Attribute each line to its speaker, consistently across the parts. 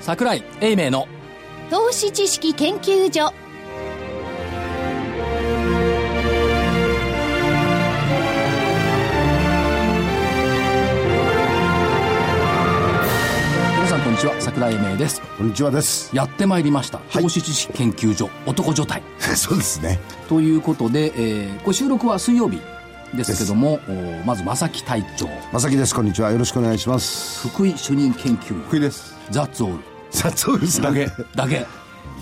Speaker 1: 桜井英明の
Speaker 2: 投資知識研究所
Speaker 1: 皆さんこんにちは桜井英明です
Speaker 3: こんにちは です。
Speaker 1: やってまいりました、
Speaker 3: い
Speaker 1: 投資知識研究所男女隊
Speaker 3: そうですね。
Speaker 1: ということで、えー、ご収録は水曜日ですけどもおまず正木隊長
Speaker 3: まさきです。こんにちは。よろしくお願いします。
Speaker 1: 福井主任研究員
Speaker 4: 福井です
Speaker 1: ザッツオール
Speaker 3: さあ、そうですだけ。
Speaker 1: だけ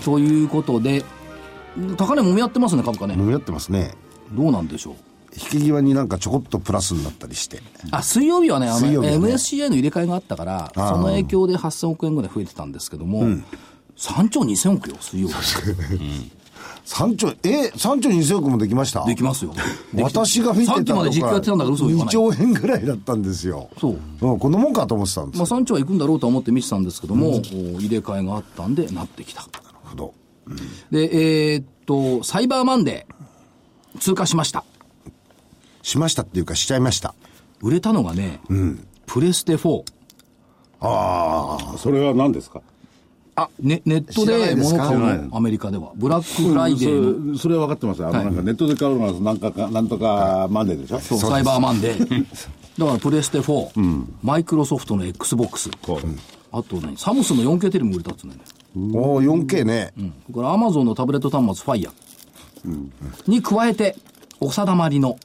Speaker 1: ということでうん高値もみ合ってますね株価ね
Speaker 3: 飲み合ってますね。
Speaker 1: どうなんでしょう
Speaker 3: 引き際になんかちょこっとプラスになったりして。
Speaker 1: あ水曜日はねあの
Speaker 3: 水曜日はね
Speaker 1: MSCI の入れ替えがあったからその影響で8000億円ぐらい増えてたんですけども、3兆2000億よ水曜日
Speaker 3: 3兆、え、3兆2000億もできました
Speaker 1: できますよ
Speaker 3: 私が見てた
Speaker 1: さっきまで実況やってたんだから嘘言わな
Speaker 3: 2
Speaker 1: い
Speaker 3: 兆円ぐらいだったんですよ。
Speaker 1: そう。
Speaker 3: うん、このもんかと思ってたんです
Speaker 1: まあ、
Speaker 3: よ。
Speaker 1: 3兆は行くんだろうとは思って見てたんですけども、お入れ替えがあったんでなってきた
Speaker 3: なるほど。
Speaker 1: でえーっとサイバーマンデー通過しました
Speaker 3: しましたっていうか、しちゃいました。
Speaker 1: 売れたのがね、プレステ4
Speaker 3: ああ。
Speaker 4: それは何ですか
Speaker 1: あ、ね、ネット
Speaker 3: 知らな
Speaker 1: で
Speaker 3: いで
Speaker 1: 物
Speaker 3: すか
Speaker 1: 買う
Speaker 4: はい
Speaker 1: のアメリカではブラックフライデーの
Speaker 4: それそれは分かってますよあのなんかネットで買うのはなんかかなんとかマンデーでしょ
Speaker 1: そうサイバーマンデーだからプレステ4、マイクロソフトの XBOX
Speaker 4: こう
Speaker 1: あとねサムスンの 4K テレビも売れたっつうのね
Speaker 3: おお、4K ね。
Speaker 1: これアマゾンのタブレット端末ファイヤーに加えてお定まりの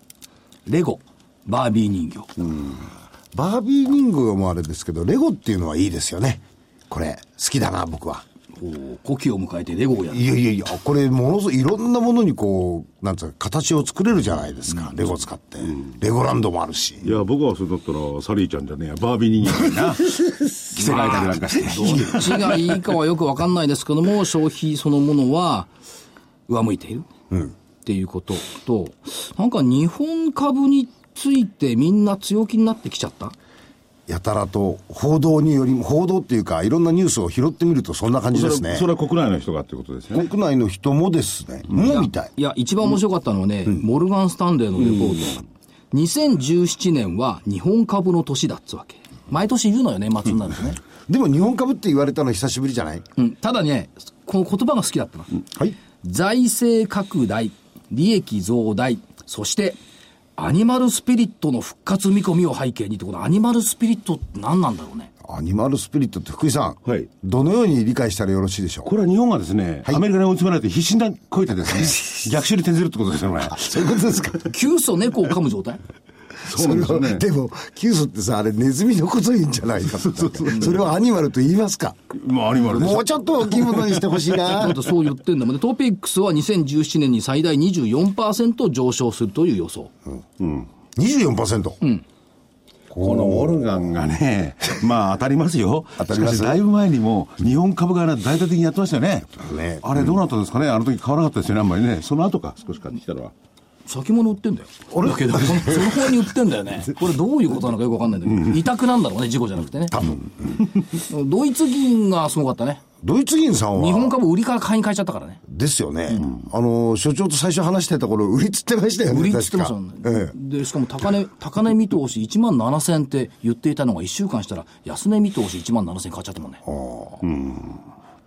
Speaker 1: レゴバービー人形、
Speaker 3: バービーリングもあれですけど、レゴっていうのはいいですよね。これ、好きだな、僕は。
Speaker 1: こう古希を迎えてレゴをやる
Speaker 3: いやいやいや、これ、ものすごいいろんなものにこう、なんつうか、形を作れるじゃないですか、レゴ使って、レゴランドもあるし。
Speaker 4: いや僕はそれだったらサリーちゃんじゃねえやバービー人間な 着せ替えたりなんかして
Speaker 1: どっちがいいかはよくわかんないですけども、消費そのものは上向いている、っていうことと、なんか日本株についてみんな強気になってきちゃった
Speaker 3: やたらと、報道により、報道っていうか、いろんなニュースを拾ってみると、そんな感じです
Speaker 4: それ
Speaker 3: ね
Speaker 4: そ。れは国内の人がってことですよね
Speaker 3: 国内の人もですね、もうみたい。
Speaker 1: いや、一番面白かったのはね、モルガン・スタンレーのレポート。2017年は日本株の年だっつわけ。毎年言うのよね、年末になるとね。
Speaker 3: でも日本株って言われたの久しぶりじゃない
Speaker 1: うん、ただね、この言葉が好きだったな。
Speaker 3: はい。
Speaker 1: 財政拡大、利益増大、そして、アニマルスピリットの復活見込みを背景にってことアニマルスピリットって何なんだろうね。
Speaker 3: アニマルスピリットって福井さん、
Speaker 4: はい
Speaker 3: どのように理解したらよろしいでしょう
Speaker 4: これは日本がですね、アメリカに追い詰められて必死にこいた ですね逆襲に転ずるってことですよね
Speaker 3: そういうことですか
Speaker 1: 急須を猫を噛む状態
Speaker 4: そうなんですよ
Speaker 3: れ
Speaker 4: ね
Speaker 3: はでも、キュースってさ、あれ、ネズミのこと言うんじゃないかって。 それをアニマルと言いますか
Speaker 4: まあアニマルでし
Speaker 3: も
Speaker 4: ょ
Speaker 3: うちょっと大きいものにしてほしい
Speaker 1: だ
Speaker 3: な
Speaker 1: っ。てそう言ってんだもんね。トピックスは2017年に最大24%上昇するという予想。
Speaker 3: 24%。うん。
Speaker 4: このモルガンがね、 まあ当たりますよ。
Speaker 3: 当たります
Speaker 4: しかしだいぶ前にも、日本株が大々的にやってましたよね。
Speaker 3: ね
Speaker 4: あれどうなったんですかね、あの時買わなかったですよね、あんまりね。その後か、少し買ってきたのは。
Speaker 1: 先物売ってんだよ。だけど、そのその方に売ってんだよ ね。これどういうことなのかよくわかんないんだけど、委託なんだろうね、事故じゃなくてね。多分。 ドイツ銀がすごかったね。
Speaker 3: ドイツ銀さんは、
Speaker 1: 日本株売りから買いに変えちゃったからね。
Speaker 3: ですよね、あの、所長と最初話してた頃、売りっつってましたよね、
Speaker 1: 売りっつって
Speaker 3: 確
Speaker 1: まし
Speaker 3: か
Speaker 1: たもんね、
Speaker 3: ええ
Speaker 1: でしかも高値高値見通し1万7000円って言っていたのが1週間したら安値見通し1万7000円買っちゃったもんねこ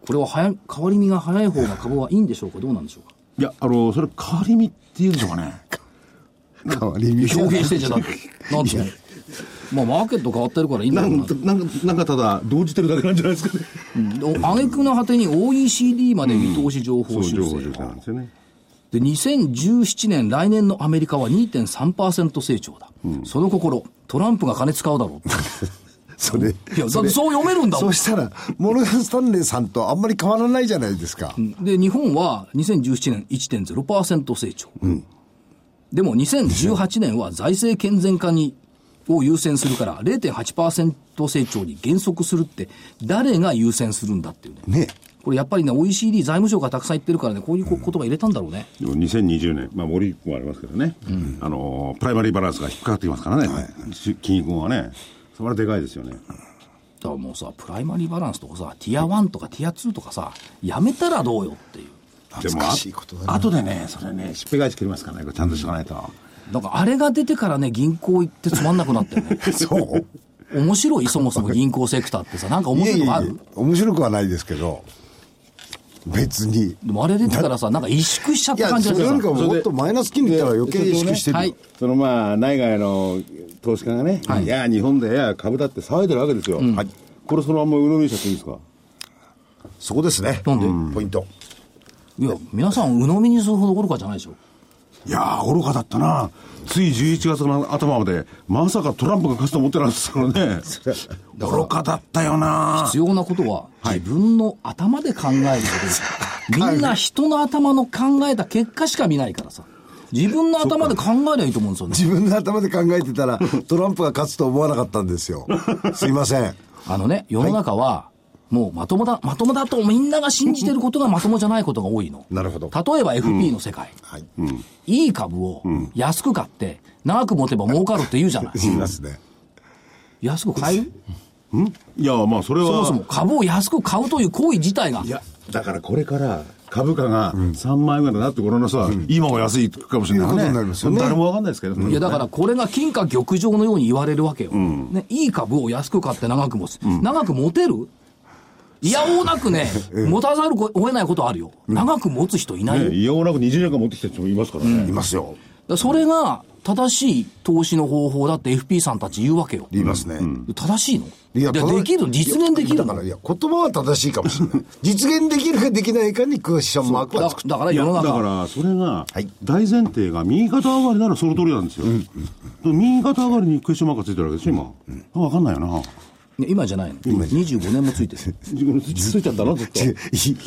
Speaker 1: れは早い変わり身が早い方が株はいいんでしょうかどうなんでしょうか
Speaker 4: いや、あの、それ変わり身っていうんでしょうかね。
Speaker 3: 代わりに。
Speaker 1: 表現してんじゃ なくてなんでまあマーケット変わってるからいいんだ
Speaker 4: な
Speaker 1: ろうんな
Speaker 4: か、なんか、なんかただ、動じてるだけなんじゃないですかね。
Speaker 1: あげくの果てに OECD まで見通し情報修正、
Speaker 4: 情報なんですよね。
Speaker 1: で2017年来年のアメリカは2.3%成長だ、その心トランプが金使うだろう
Speaker 3: それ。
Speaker 1: いやだってそう読めるんだもん
Speaker 3: そうしたら、モルガン・スタンレーさんとあんまり変わらないじゃないですか。
Speaker 1: で、日本は2017年1.0%成長。でも2018年は財政健全化に、を優先するから0.8%成長に減速するって誰が優先するんだっていうね。
Speaker 3: ね
Speaker 1: これやっぱりね、OECD 財務省がたくさん言ってるからね、こういうこ言葉入れたんだろうね。
Speaker 4: でも2020年、まあ、森もありますけどね、あの、プライマリーバランスが引っかかってきますからね、金融はね。それはでかいですよね。
Speaker 1: だからもうさ、プライマリーバランスとかさ、ティア1とかティア2とかさ、やめたらどうよっていう。
Speaker 4: でも
Speaker 3: 懐かしいことだな
Speaker 4: 後でね、それね、しっぺ返し切りますからね、これちゃんとしとかないと。
Speaker 1: なんかあれが出てからね、銀行行ってつまんなくなってね。
Speaker 3: そう
Speaker 1: 面白いそもそ も銀行セクターってさ、なんか面白いのがある
Speaker 3: いえいえ面白くはないですけど、別に。
Speaker 1: でもあれ出てからさ、なんか萎縮しちゃっ
Speaker 3: い
Speaker 1: た
Speaker 3: や、
Speaker 1: 感じ
Speaker 3: そ
Speaker 1: が
Speaker 3: れより
Speaker 1: す
Speaker 3: か
Speaker 1: る。
Speaker 3: ももっとマイナス金利ったら余計意識してるよ。
Speaker 1: はい。
Speaker 5: そのまあ内外の投資家がね、い、や日本でや株だって騒いでるわけですよ、はい、これそのまま売り抜いちゃっていいですか
Speaker 3: そこですね。
Speaker 1: なんで
Speaker 3: うんポイント。
Speaker 1: いや、皆さん、鵜呑みにするほど愚かじゃないでしょ。
Speaker 5: いやー愚かだったなつい11月の頭までまさかトランプが勝つと思ってなかったからね 愚かだったよな
Speaker 1: 必要なことは、自分の頭で考える ことです。みんな人の頭の考えた結果しか見ないからさ。自分の頭で考えりゃいいと思うんですよね。
Speaker 3: 自分の頭で考えてたら、トランプが勝つと思わなかったんですよ。すいません。
Speaker 1: あのね、世の中は、もうまともだ、まともだとみんなが信じてることがまともじゃないことが多いの。
Speaker 3: なるほど
Speaker 1: 例えば FP の世界。
Speaker 3: はい。
Speaker 1: いい株を安く買って、長く持てば儲かるって言うじゃない。
Speaker 3: 言いますね。
Speaker 1: 安く買える
Speaker 5: いやまあそれは
Speaker 1: そもそも株を安く買うという行為自体が
Speaker 5: い、やだからこれから株価が3万円ぐらいになってごらんなさい、今も安いかもしれない
Speaker 3: いうこと
Speaker 5: ね
Speaker 3: になりますよね
Speaker 5: 誰もわかんないですけど、
Speaker 1: いやだからこれが金貨玉状のように言われるわけよ、ね、いい株を安く買って長く持つ、長く持てるいやおうなく ね、持たざるを得ないことあるよ、長く持つ人いないよ、
Speaker 5: ね、いやおなく20年間持ってきた人もいますからね、
Speaker 3: いますよ。
Speaker 1: だそれが正しい投資の方法だって FP さんたち言うわけよ、
Speaker 3: 言いますね。
Speaker 1: 正しいの
Speaker 3: い
Speaker 1: いや
Speaker 3: ただ
Speaker 1: できる実現できる
Speaker 3: だ
Speaker 1: の
Speaker 3: から、いや、言葉は正しいかもしれない。 実現できるかできないかにクッションマーク
Speaker 1: だ
Speaker 3: はつく。
Speaker 1: だから
Speaker 5: いや
Speaker 1: 世の
Speaker 5: だか
Speaker 1: 中
Speaker 5: らそれが
Speaker 3: い
Speaker 5: 大前提が右肩上がりならその通りなんですよ、右肩上がりにクエスチョンマークがついてるわけでしょ今、分かんないよな
Speaker 1: ね今じゃないの25年もついて る
Speaker 5: 自分のついちゃったなずっと
Speaker 3: 違う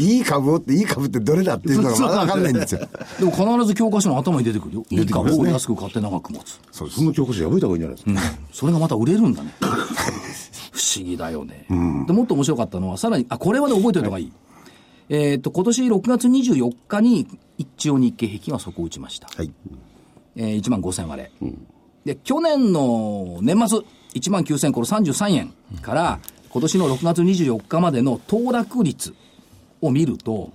Speaker 3: いいい株をって、いい株ってどれだっていうのがまだわかんないんですよ。
Speaker 1: でも必ず教科書の頭に出てくるよいい株を安く買って長く持つ
Speaker 5: そうその教科書破いた方がいいんじゃないですか、
Speaker 1: それがまた売れる んだね。不思議だよね、で。もっと面白かったのは、さらに、あ、これはね、覚えておいた方がいい。えっ、と、今年6月24日に、一応日経平均は底を打ちました。
Speaker 3: はい。
Speaker 1: えー、1万5000割れ、で、去年の年末、1万9000、これ33円から、今年の6月24日までの騰落率を見ると、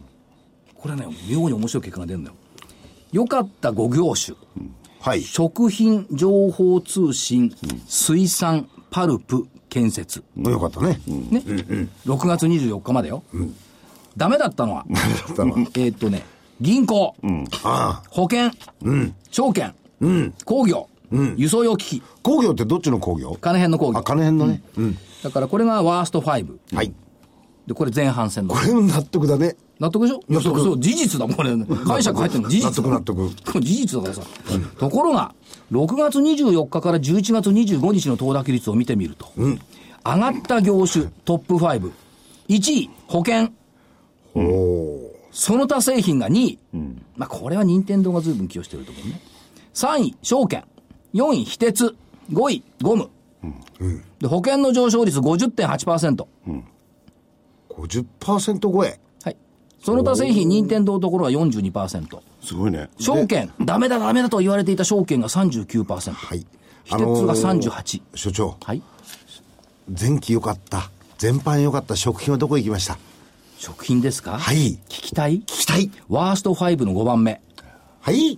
Speaker 1: これね、妙に面白い結果が出るんだよ。良かった5業種。
Speaker 3: はい。
Speaker 1: 食品、情報通信、水産、パルプ、建設。
Speaker 3: よかったね。
Speaker 1: ね。6月24日までよ。ダメだったのは、
Speaker 3: だったのは
Speaker 1: えーっとね、銀行、
Speaker 3: ああ。
Speaker 1: 保険、証券、工業、輸送用機器、
Speaker 3: 工業ってどっちの工業
Speaker 1: 金編の工業
Speaker 3: あ、。金編のね。うん。
Speaker 1: だからこれがワースト5。
Speaker 3: はい。
Speaker 1: で、これ前半戦の
Speaker 3: こ。れも納得だね。
Speaker 1: 納得でしょ
Speaker 3: 納得
Speaker 1: そうそう、事実だもん、これ。解釈入ってるの、事実。
Speaker 3: 納得納
Speaker 1: 得。事実だからさ。ところが、6月24日から11月25日の騰落率を見てみると、上がった業種トップ5、1位、保険、
Speaker 3: おお
Speaker 1: その他製品が2位。まあ、これは任天堂が随分寄与してると思うね。3位、証券。4位、非鉄。5位、ゴム。で、保険の上昇率50.8%。
Speaker 3: ー。50%超え。
Speaker 1: はい。その他製品、任天堂のところは42%。
Speaker 5: すごいね
Speaker 1: 証券、ダメだダメだと言われていた証券が39%。
Speaker 3: はい。
Speaker 1: 非鉄が38。
Speaker 3: 所長、
Speaker 1: はい。
Speaker 3: 前期良かった。全般良かった食品はどこ行きました
Speaker 1: 食品ですか
Speaker 3: は
Speaker 1: 聞
Speaker 3: い。
Speaker 1: きたい
Speaker 3: 聞きたい。
Speaker 1: ワースト5の5番目。
Speaker 3: はい。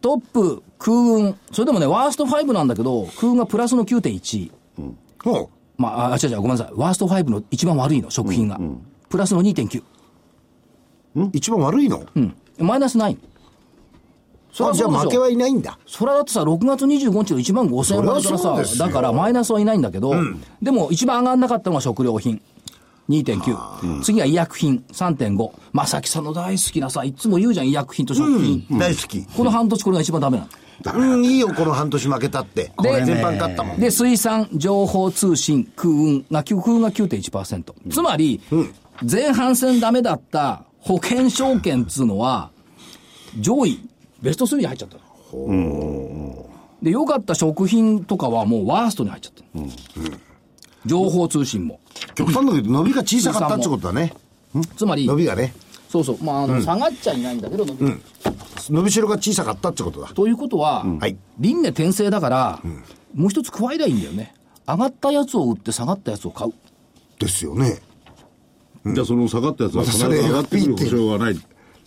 Speaker 1: トップ、空運。それでもね、ワースト5なんだけど、空運がプラスの9.1。
Speaker 3: も
Speaker 1: まあ、あ、違う違う、ごめんなさい。ワースト5の一番悪いの、食品が。プラスの2.9。
Speaker 3: う、一番悪いの、
Speaker 1: うん。マイナス9。そり
Speaker 3: あじゃ
Speaker 1: そうで
Speaker 3: あ
Speaker 1: しょ
Speaker 3: 負けはいないんだ。
Speaker 1: それだってさ、6月25日の1万5000円割れから
Speaker 3: そりゃそう
Speaker 1: さ
Speaker 3: です、よ
Speaker 1: だからマイナスはいないんだけど、でも一番上がんなかったのは食料品。2.9。次は医薬品3.5。まさきさんの大好きなさ、いつも言うじゃん、医薬品と食品。
Speaker 3: 大好き。
Speaker 1: この半年これが一番ダメなの。
Speaker 3: うん、いいよ、この半年負けたって。
Speaker 1: で
Speaker 3: 全般勝ったもん。
Speaker 1: で、水産、情報通信、空運が、空運が9.1%。つまり、前半戦ダメだった保険証券っつうのは、上位、ベスト3に入っちゃったので、良かった食品とかはもうワーストに入っちゃってる情報通信も。
Speaker 3: 極端だけど、伸びが小さかったってことだね。
Speaker 1: つまり
Speaker 3: 伸、びがね。
Speaker 1: そうそう、まあ、あの、下がっちゃいないんだけど、伸びる
Speaker 3: 伸びしろが小さかったってことだ。
Speaker 1: ということは、
Speaker 3: はい
Speaker 1: 輪廻転生だから、もう一つ加えりゃいいんだよね。上がったやつを売って下がったやつを買う。
Speaker 3: ですよね。
Speaker 5: じゃあその下がったやつは必ず上がってくる保証はない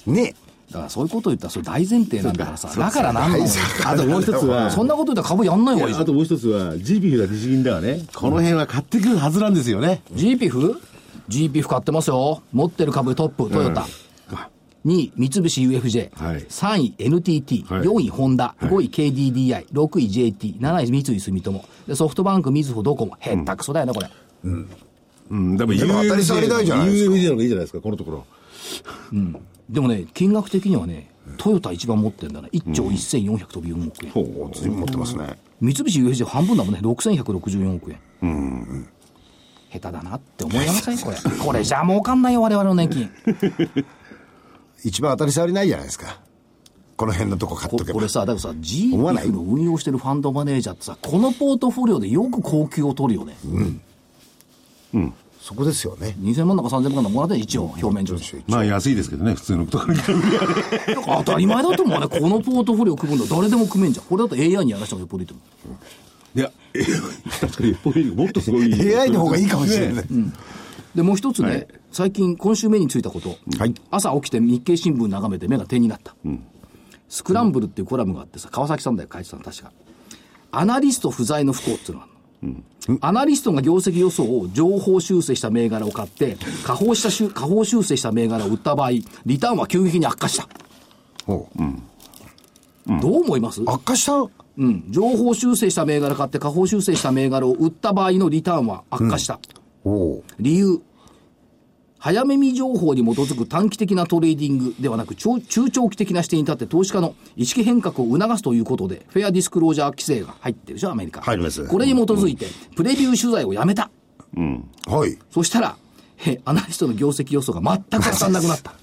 Speaker 3: ね。
Speaker 1: だからそういうことを言ったら、それ大前提なんだからさ。だからなんなの
Speaker 4: あともう一つは、
Speaker 1: そんなこと言ったら株やんない方がいいじゃ
Speaker 4: あ
Speaker 1: ん。
Speaker 4: ともう一つは、GPF だ、日銀だはね、この辺は買ってくるはずなんですよね。
Speaker 1: GPF?GPF 買ってますよ。持ってる株トップ、トヨタ。2位、三菱 UFJ、
Speaker 4: はい
Speaker 1: 3位 NTT、
Speaker 4: はい
Speaker 1: 4位ホンダ、
Speaker 4: はい
Speaker 1: 5位 KDDI、6位 JT、7位三井住友、でソフトバンク、みずほ、ドコモ、へったくそだよね、これ。
Speaker 4: うん、でも
Speaker 3: でも当たり障りないじゃないですか
Speaker 4: UFJ の方がいいじゃないですか、このところ。
Speaker 1: でもね、金額的にはね、トヨタ一番持ってんだね。1兆1400飛び4億円。
Speaker 3: お随分持ってますね。
Speaker 1: 三菱 UFJ 半分だもんね、6164億円。下手だなって思いませんこれ。これじゃ儲かんないよ、我々の年金。
Speaker 3: 一番当たり障りないじゃないですか。この 辺のとこ買っ
Speaker 1: こと
Speaker 3: けば。
Speaker 1: これさ、だからさ、
Speaker 3: 思わない
Speaker 1: GPF の運用してるファンドマネージャーってさ、このポートフォリオでよく高級を取るよね。
Speaker 3: そこですよね。
Speaker 1: 2000万だか3000万だかもらって一応、表面上で。
Speaker 5: まあ安いですけどね、普通のところに比べると
Speaker 1: 当たり前だと思うね。このポートフォリオ組むんだ。誰でも組めんじゃん。これだと AI にやらした方がよっぽどいいと思う。
Speaker 4: いや、確かに、ポリもっと すごい。
Speaker 3: AI の方がいいかもしれない。
Speaker 1: で、もう一つね、
Speaker 4: はい
Speaker 1: 最近、今週目についたこと。
Speaker 3: はい
Speaker 1: 朝起きて日経新聞眺めて目が点になった。スクランブルっていうコラムがあってさ、川崎さんだよ、書いてたの、確か。アナリスト不在の不幸っていうのがあるの。アナリストが業績予想を情報修正した銘柄を買って、下方したしゅ下方修正した銘柄を売った場合、リターンは急激に悪化した。
Speaker 3: おう
Speaker 1: どう思います
Speaker 3: 悪化した
Speaker 1: うん。情報修正した銘柄買って、下方修正した銘柄を売った場合のリターンは悪化した。
Speaker 3: おう
Speaker 1: 理由早め見情報に基づく短期的なトレーディングではなく長中長期的な視点に立って投資家の意識変革を促すということでフェアディスクロージャー規制が入ってるでしょアメリカ
Speaker 3: 入ります
Speaker 1: これに基づいてプレビュー取材をやめた
Speaker 3: はい。
Speaker 1: そしたらえアナリストの業績予想が全く当たんなくな った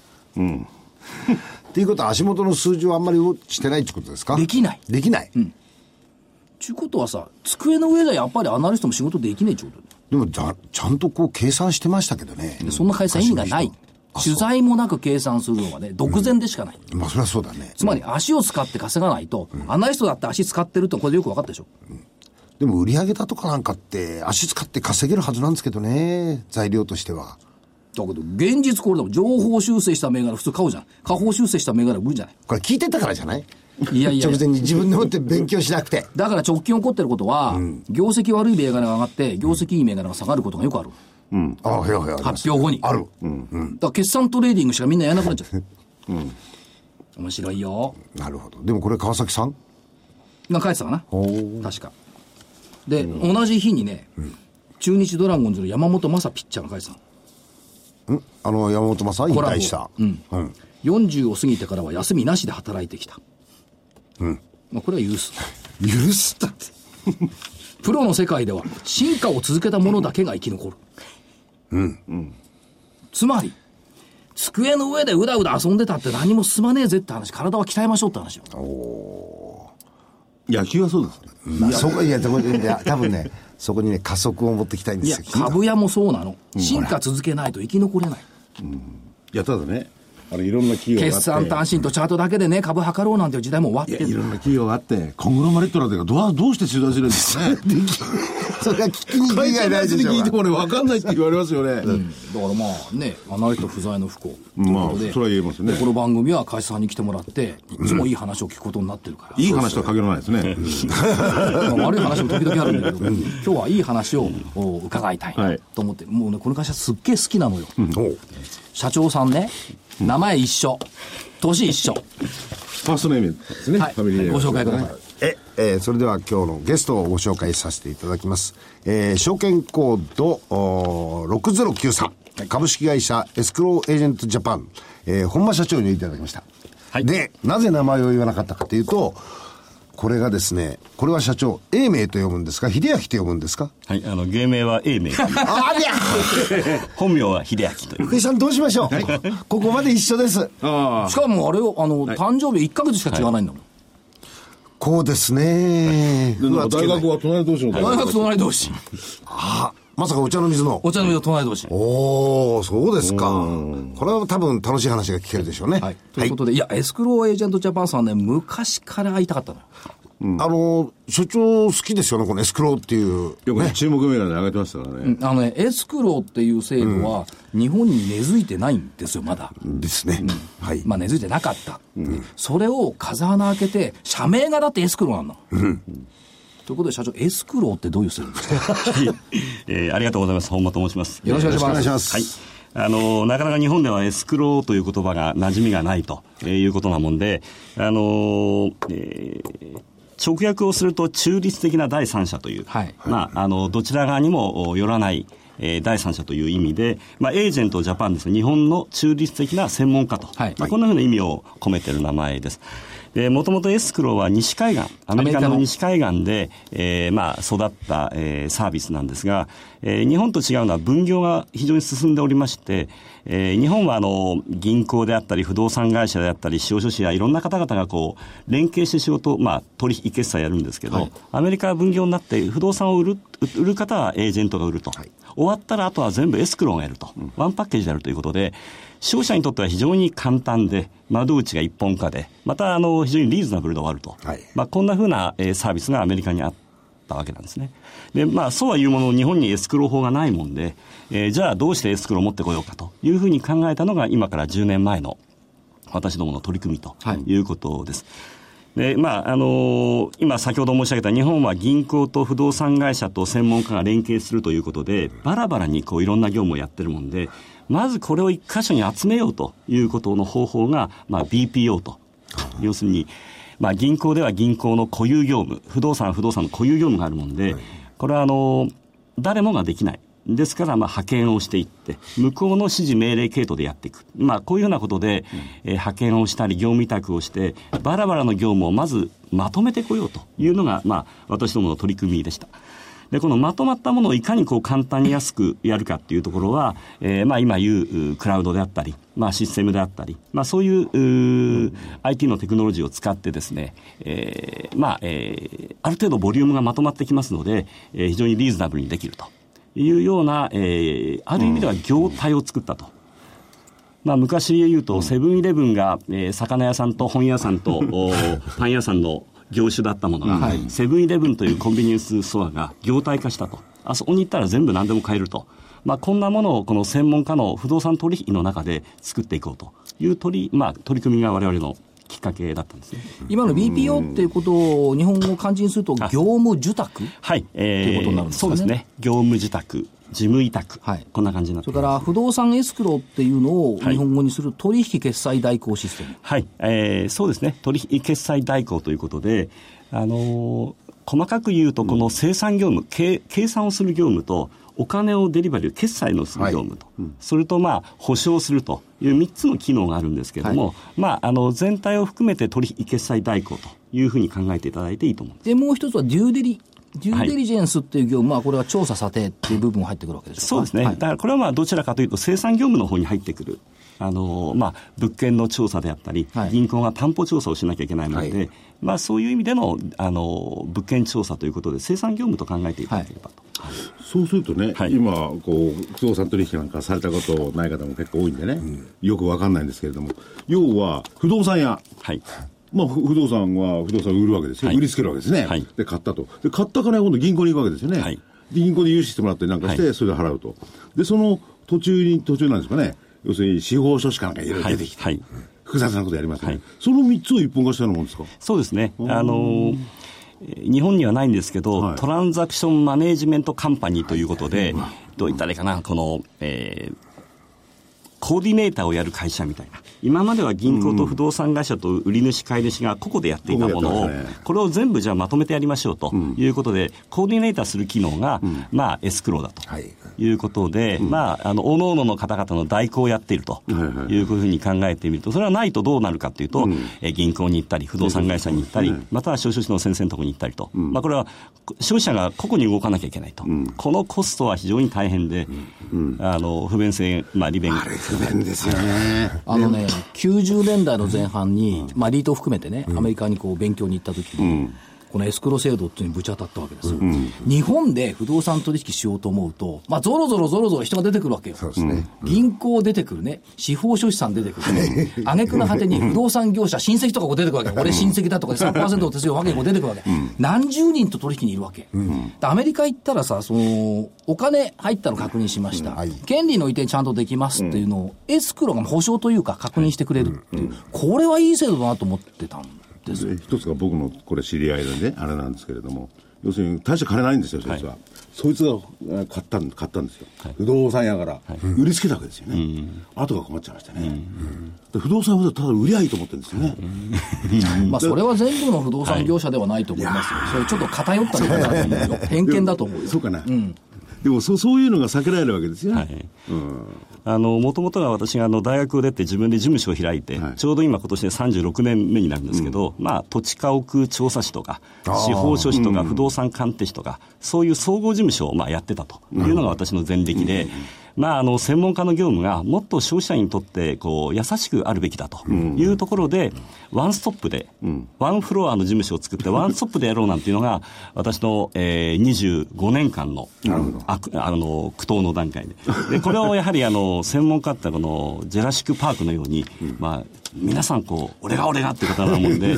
Speaker 3: っていうことは足元の数字はあんまりしてないってことですか
Speaker 1: できない
Speaker 3: できない。
Speaker 1: ちゅうことはさ机の上でやっぱりアナリストも仕事できねえちょうど
Speaker 3: でもだ、ちゃんとこう計算してましたけどね。
Speaker 1: そんな会社意味がない
Speaker 3: あそ
Speaker 1: 取
Speaker 3: う
Speaker 1: 材もなく計算するのはね独善でしかない、
Speaker 3: まあそれはそうだね。
Speaker 1: つまり足を使って稼がないと、アナリストだって足使ってるってこれでよく分かったでしょ
Speaker 3: でも売り上げだとかなんかって足使って稼げるはずなんですけどね。材料としては。
Speaker 1: だけど、現実これだもん。情報修正した銘柄普通買うじゃん。下方修正した銘柄売るじゃない。
Speaker 3: これ聞いてたからじゃない
Speaker 1: いやいや
Speaker 3: 直前に自分でもって勉強しなくて。
Speaker 1: だから直近起こってることは、業績悪い銘柄が上がって、業績いい銘柄が下がることがよくある。
Speaker 3: ああ、へやへや。
Speaker 1: 発表後に。
Speaker 3: ある。
Speaker 1: だから決算トレーディングしかみんなやらなくなっちゃう。面白いよ。
Speaker 3: なるほど。でもこれ川崎さん
Speaker 1: なんか書いてたかな。確か。で、同じ日にね、中日ドラゴンズの山本昌ピッチャーが書いてたの。
Speaker 3: んあの、山本正引
Speaker 1: コラボ
Speaker 3: 退した。
Speaker 1: うん
Speaker 3: うん。
Speaker 1: 40を過ぎてからは休みなしで働いてきた。まあ、これは許す。
Speaker 3: 許すったって。
Speaker 1: プロの世界では進化を続けた者だけが生き残る。つまり、机の上でうだうだ遊んでたって何も進まねえぜって話、体は鍛えましょうって話よ。
Speaker 5: 野球はそうですね。
Speaker 3: まあ、そこ、いや、でもいや多分ね、 そこにね、加速を持ってきたいんで
Speaker 1: いや
Speaker 3: すよ、。
Speaker 1: 株屋もそうなの。進化続けないと生き残れない。
Speaker 4: いや、ただね、あの、いろんな企業があって。
Speaker 1: 決算単身とチャートだけでね、株測ろうなんていう時代も終わっ
Speaker 4: い
Speaker 1: て
Speaker 4: や、いろ
Speaker 1: る。
Speaker 4: んな企業があって、コングロマリットなんていうか、どうどうして取材するんで すかね。
Speaker 3: それは聞きに行く
Speaker 4: 会
Speaker 3: 以
Speaker 4: 社
Speaker 3: 外
Speaker 4: の
Speaker 3: ない
Speaker 4: やつ
Speaker 3: で
Speaker 4: に
Speaker 3: しょう
Speaker 4: 聞い
Speaker 3: が
Speaker 4: てもね、わかんないって言われますよね。
Speaker 1: だからまあね、アナリスト不在の不幸。
Speaker 4: ま
Speaker 1: という
Speaker 4: あ
Speaker 1: ことで
Speaker 4: それは言えますね
Speaker 1: でこの番組は会社さんに来てもらって、いつもいい話を聞くことになってるから。
Speaker 5: いい話とは限らないですね。
Speaker 1: まあ悪い話も時々あるんだけど、今日はいい話をお伺いたい
Speaker 4: は
Speaker 1: ないと思って、もうね、この会社すっげえ好きなのよ。
Speaker 3: おう
Speaker 1: 社長さんね、名前一緒、年一緒。
Speaker 4: ファーストネームですね。
Speaker 1: はい、
Speaker 4: ファミリーネー
Speaker 1: ご
Speaker 4: ム
Speaker 1: 紹介ください。
Speaker 3: え、えーそれでは今日のゲストをご紹介させていただきます。えー証券コードおー6093、株式会社エスクローエージェントジャパン、えー本間社長にいただきました。で、なぜ名前を言わなかったかというと、これがですね、これは社長、英明と呼ぶんですか秀明と呼ぶんですか
Speaker 6: はい、あの、芸名は英明。
Speaker 3: ありゃ
Speaker 6: 本名は秀明という。
Speaker 3: 福井さんどうしましょうここまで一緒で す。
Speaker 1: しかもあれよ、あの、誕生日1ヶ月しか違わないんだもん。
Speaker 3: こうですね。
Speaker 4: で
Speaker 3: う
Speaker 4: な
Speaker 3: わ
Speaker 4: んか大学は隣同士の大
Speaker 1: 大
Speaker 4: 学
Speaker 1: 学隣同士、
Speaker 3: あ、まさかお茶の水の。
Speaker 1: お茶の水の隣同士。
Speaker 3: おー、そうですか。これは多分楽しい話が聞けるでしょうね。
Speaker 1: はい。ということで、いや、エスクローエージェントジャパンさんね、昔から会いたかったのよ。
Speaker 3: あの、所長好きですよね、このエスクローっていう。
Speaker 5: よくね注目銘柄で上げてましたからね。
Speaker 1: あのね、エスクローっていう制度は、日本に根付いてないんですよ、まだ。
Speaker 3: ですね。はい。
Speaker 1: まあ、根付いてなかった、それを風穴開けて、社名がだってエスクローなんだ、ということで、社長、エスクローってどういう制度ですか
Speaker 6: えーありがとうございます。本間と申しま す。
Speaker 1: よろしくお願いし
Speaker 3: お願
Speaker 1: ま
Speaker 3: いし
Speaker 1: す。
Speaker 3: ます。
Speaker 6: はい。あの、なかなか日本ではエスクローという言葉が馴染みがないとえーいうことなもんで、あの、えー直訳をすると中立的な第三者という、
Speaker 1: はい
Speaker 6: まあ、あの、どちら側にもお寄らない、えー第三者という意味で、まあ、エージェントジャパンですね、日本の中立的な専門家と、
Speaker 1: はい
Speaker 6: まあ、こんなふうな意味を込めてる名前です。で、もともとエスクローは西海岸、アメリカ
Speaker 1: アメリカの
Speaker 6: の西海岸で、えーまあ、育った、えーサービスなんですが、えー日本と違うのは分業が非常に進んでおりまして、えー日本はあの銀行であったり不動産会社であったり司法書士やいろんな方々がこう連携して仕事を、まあ、取引決済やるんですけど、アメリカは分業になって不動産を売る売る方はエージェントが売ると、終わったらあとは全部エスクローがやると、ワンパッケージでやるということで消費者にとっては非常に簡単で窓口が一本化でまたあの非常にリーズナブルで終わると。
Speaker 3: はい
Speaker 6: まあ、こんなふうな、えーサービスがアメリカにあったわけなんですね。で、まあ、そうは言うものの、日本にエスクロー法がないもんで、えーじゃあどうしてエスクローを持ってこようかというふうに考えたのが、今から10年前の私どもの取り組みと
Speaker 1: はい
Speaker 6: いうことです。でまああのー今、先ほど申し上げた日本は銀行と不動産会社と専門家が連携するということで、バラバラにこういろんな業務をやってるもんで、まずこれを一箇所に集めようということの方法が、まあ、BPO と、要するに、まあ、銀行では銀行の固有業務、不動産は不動産の固有業務があるもんで、これはあのー誰もができない。ですから、まあ、派遣をしていって、向こうの指示命令系統でやっていく。まあ、こういうようなことで、えー派遣をしたり、業務委託をして、バラバラの業務をまずまとめてこようというのが、まあ、私どもの取り組みでした。で、このまとまったものをいかにこう簡単に安くやるかっていうところは、えーまあ今言ううクラウドであったり、まあシステムであったり、まあそういううー IT のテクノロジーを使ってですね、えーまあ、えーある程度ボリュームがまとまってきますので、えー非常にリーズナブルにできるというような、えーある意味では業態を作ったと。まあ、昔で言うと、セブンイレブンが、えー魚屋さんと本屋さんとおパン屋さんの業種だったものが、セブンイレブンというコンビニエンスストアが業態化したと、あそこに行ったら全部何でも買えると、まあ、こんなものをこの専門家の不動産取引の中で作っていこうという取り,、まあ、取り組みが我々のきっかけだったんですね。
Speaker 1: 今の BPO っていうことを日本語を漢字にすると、業務受託
Speaker 6: はい、え
Speaker 1: ということになるんですかね
Speaker 6: そうですね。業務受託、事務委託、
Speaker 1: はい
Speaker 6: こんな感じになっ
Speaker 1: そ
Speaker 6: て
Speaker 1: れから
Speaker 6: ます
Speaker 1: 不動産エスクローっていうのを
Speaker 6: はい
Speaker 1: 日本語にする取引決済代行システム。
Speaker 6: はい、えーそうですね、取引決済代行ということで、あのー細かく言うと、この生産業務、計計算をする業務と、お金をデリバリー、決済のする業務と、それと、まあ、保証するという3つの機能があるんですけれども、まあ、あの全体を含めて取引決済代行というふうに考えていただいていいと思うんです。
Speaker 1: で、もう一つはデューデリ、デュー
Speaker 6: はい
Speaker 1: デリジェンスっていう業務、まあこれは調査査定っていう部分も入ってくるわけです
Speaker 6: そうですね、だからこれはまあどちらかというと、生産業務の方に入ってくる、あのまあ、物件の調査であったり、
Speaker 1: はい
Speaker 6: 銀行が担保調査をしなきゃいけないので、
Speaker 3: はい
Speaker 6: まあ、そういう意味でのあの物件調査ということで、生産業務と考えていただければと。
Speaker 4: そうするとね、
Speaker 6: はい
Speaker 4: 今こう不動産取引なんかされたことない方も結構多いんでね、よくわかんないんですけれども要は不動産屋
Speaker 6: はい
Speaker 4: まあ、ふ不動産は不動産を売るわけですよ、
Speaker 6: はい
Speaker 4: 売りつけるわけですね、
Speaker 6: はい
Speaker 4: で買ったとで買った金は今度銀行に行くわけですよね、
Speaker 6: はい
Speaker 4: で銀行で融資してもらったりなんかして、
Speaker 6: は
Speaker 4: それで払うとでその途中に途中なんですかね要するに司法書士かなんかいろいろ出てきて、
Speaker 6: はいはい
Speaker 4: 複雑なことやりますよね、
Speaker 6: はい
Speaker 4: その3つを一本化したようなもんですか
Speaker 6: そうですね、あのえー日本にはないんですけど、
Speaker 4: はい
Speaker 6: トランザクションマネージメントカンパニーということで、どういったらいいかな、この、えーコーディネーターをやる会社みたいな、今までは銀行と不動産会社と売り主、買い主が個々でやっていたもの
Speaker 4: 個
Speaker 6: を
Speaker 4: 々でやってますね、
Speaker 6: これを全部じゃあまとめてやりましょうということで、コーディネーターする機能が、まあ、エスクローだと
Speaker 3: はい
Speaker 6: いうことで、まあ、あの、各々の方々の代行をやっているというふうに考えてみると、それはないとどうなるかというと、えー銀行に行ったり、不動産会社に行ったり、または消費者の先生のところに行ったりと、まあ、これは消費者が個々に動かなきゃいけないと、このコストは非常に大変で、あの不便性、まあ、利便が。
Speaker 4: 不便ですよね
Speaker 1: あのね、90年代の前半に、まあ、リートを含めてね、アメリカにこう勉強に行った時に、ここのエスクロ制度っていうのにぶち当たったわけですよ、日本で不動産取引しようと思うと、まあ、ぞろぞろぞろぞろ人が出てくるわけよ。
Speaker 3: そうですね。
Speaker 1: 銀行出てくるね、司法書士さん出てくるね、挙句の果てに不動産業者、親戚とかこう出てくるわけ、俺親戚だとかで3%の手数料わけにこう出てくるわけ、何十人と取引にいるわけ、でアメリカ行ったらさ、そのお金入ったの確認しました、
Speaker 3: はい
Speaker 1: 権利の移転ちゃんとできますっていうのを、エスクロが保証というか、確認してくれるっていう、これはいい制度だなと思ってたんですよ
Speaker 4: で一つが僕のこれ知り合いのねあれなんですけれども要するに大して金ないんですよそいつは、そいつがえー買ったん買ったんですよ、不動産屋から、売りつけたわけですよね、後が困っちゃいましたね、で不動産屋はただ売りゃいいと思ってるんですよね、
Speaker 1: まあ、それは全部の不動産業者ではないと思いますよ、それちょっと偏った見方だと思うよ、偏見だと 思うよ
Speaker 4: そうかな、でもそそういうのが避けられるわけですよね、
Speaker 6: はいあの、もともとが私があの大学を出て自分で事務所を開いて、
Speaker 4: はい
Speaker 6: ちょうど今今年で36年目になるんですけど、まあ、土地家屋調査士とか、司法書士とか、不動産鑑定士とか、そういう総合事務所をまあやってたというのが私の前歴で、まあ、あの専門家の業務がもっと消費者にとってこう優しくあるべきだというところで、ワンストップで、ワンフロアの事務所を作 って、ワンストップでやろうなんていうのが、私の、えー25年間のあくあの苦闘の段階で、でこれをやはりあの専門家ってこのジェラシック・パークのように、まあ、皆さんこう、俺が俺がっていう方なも んで、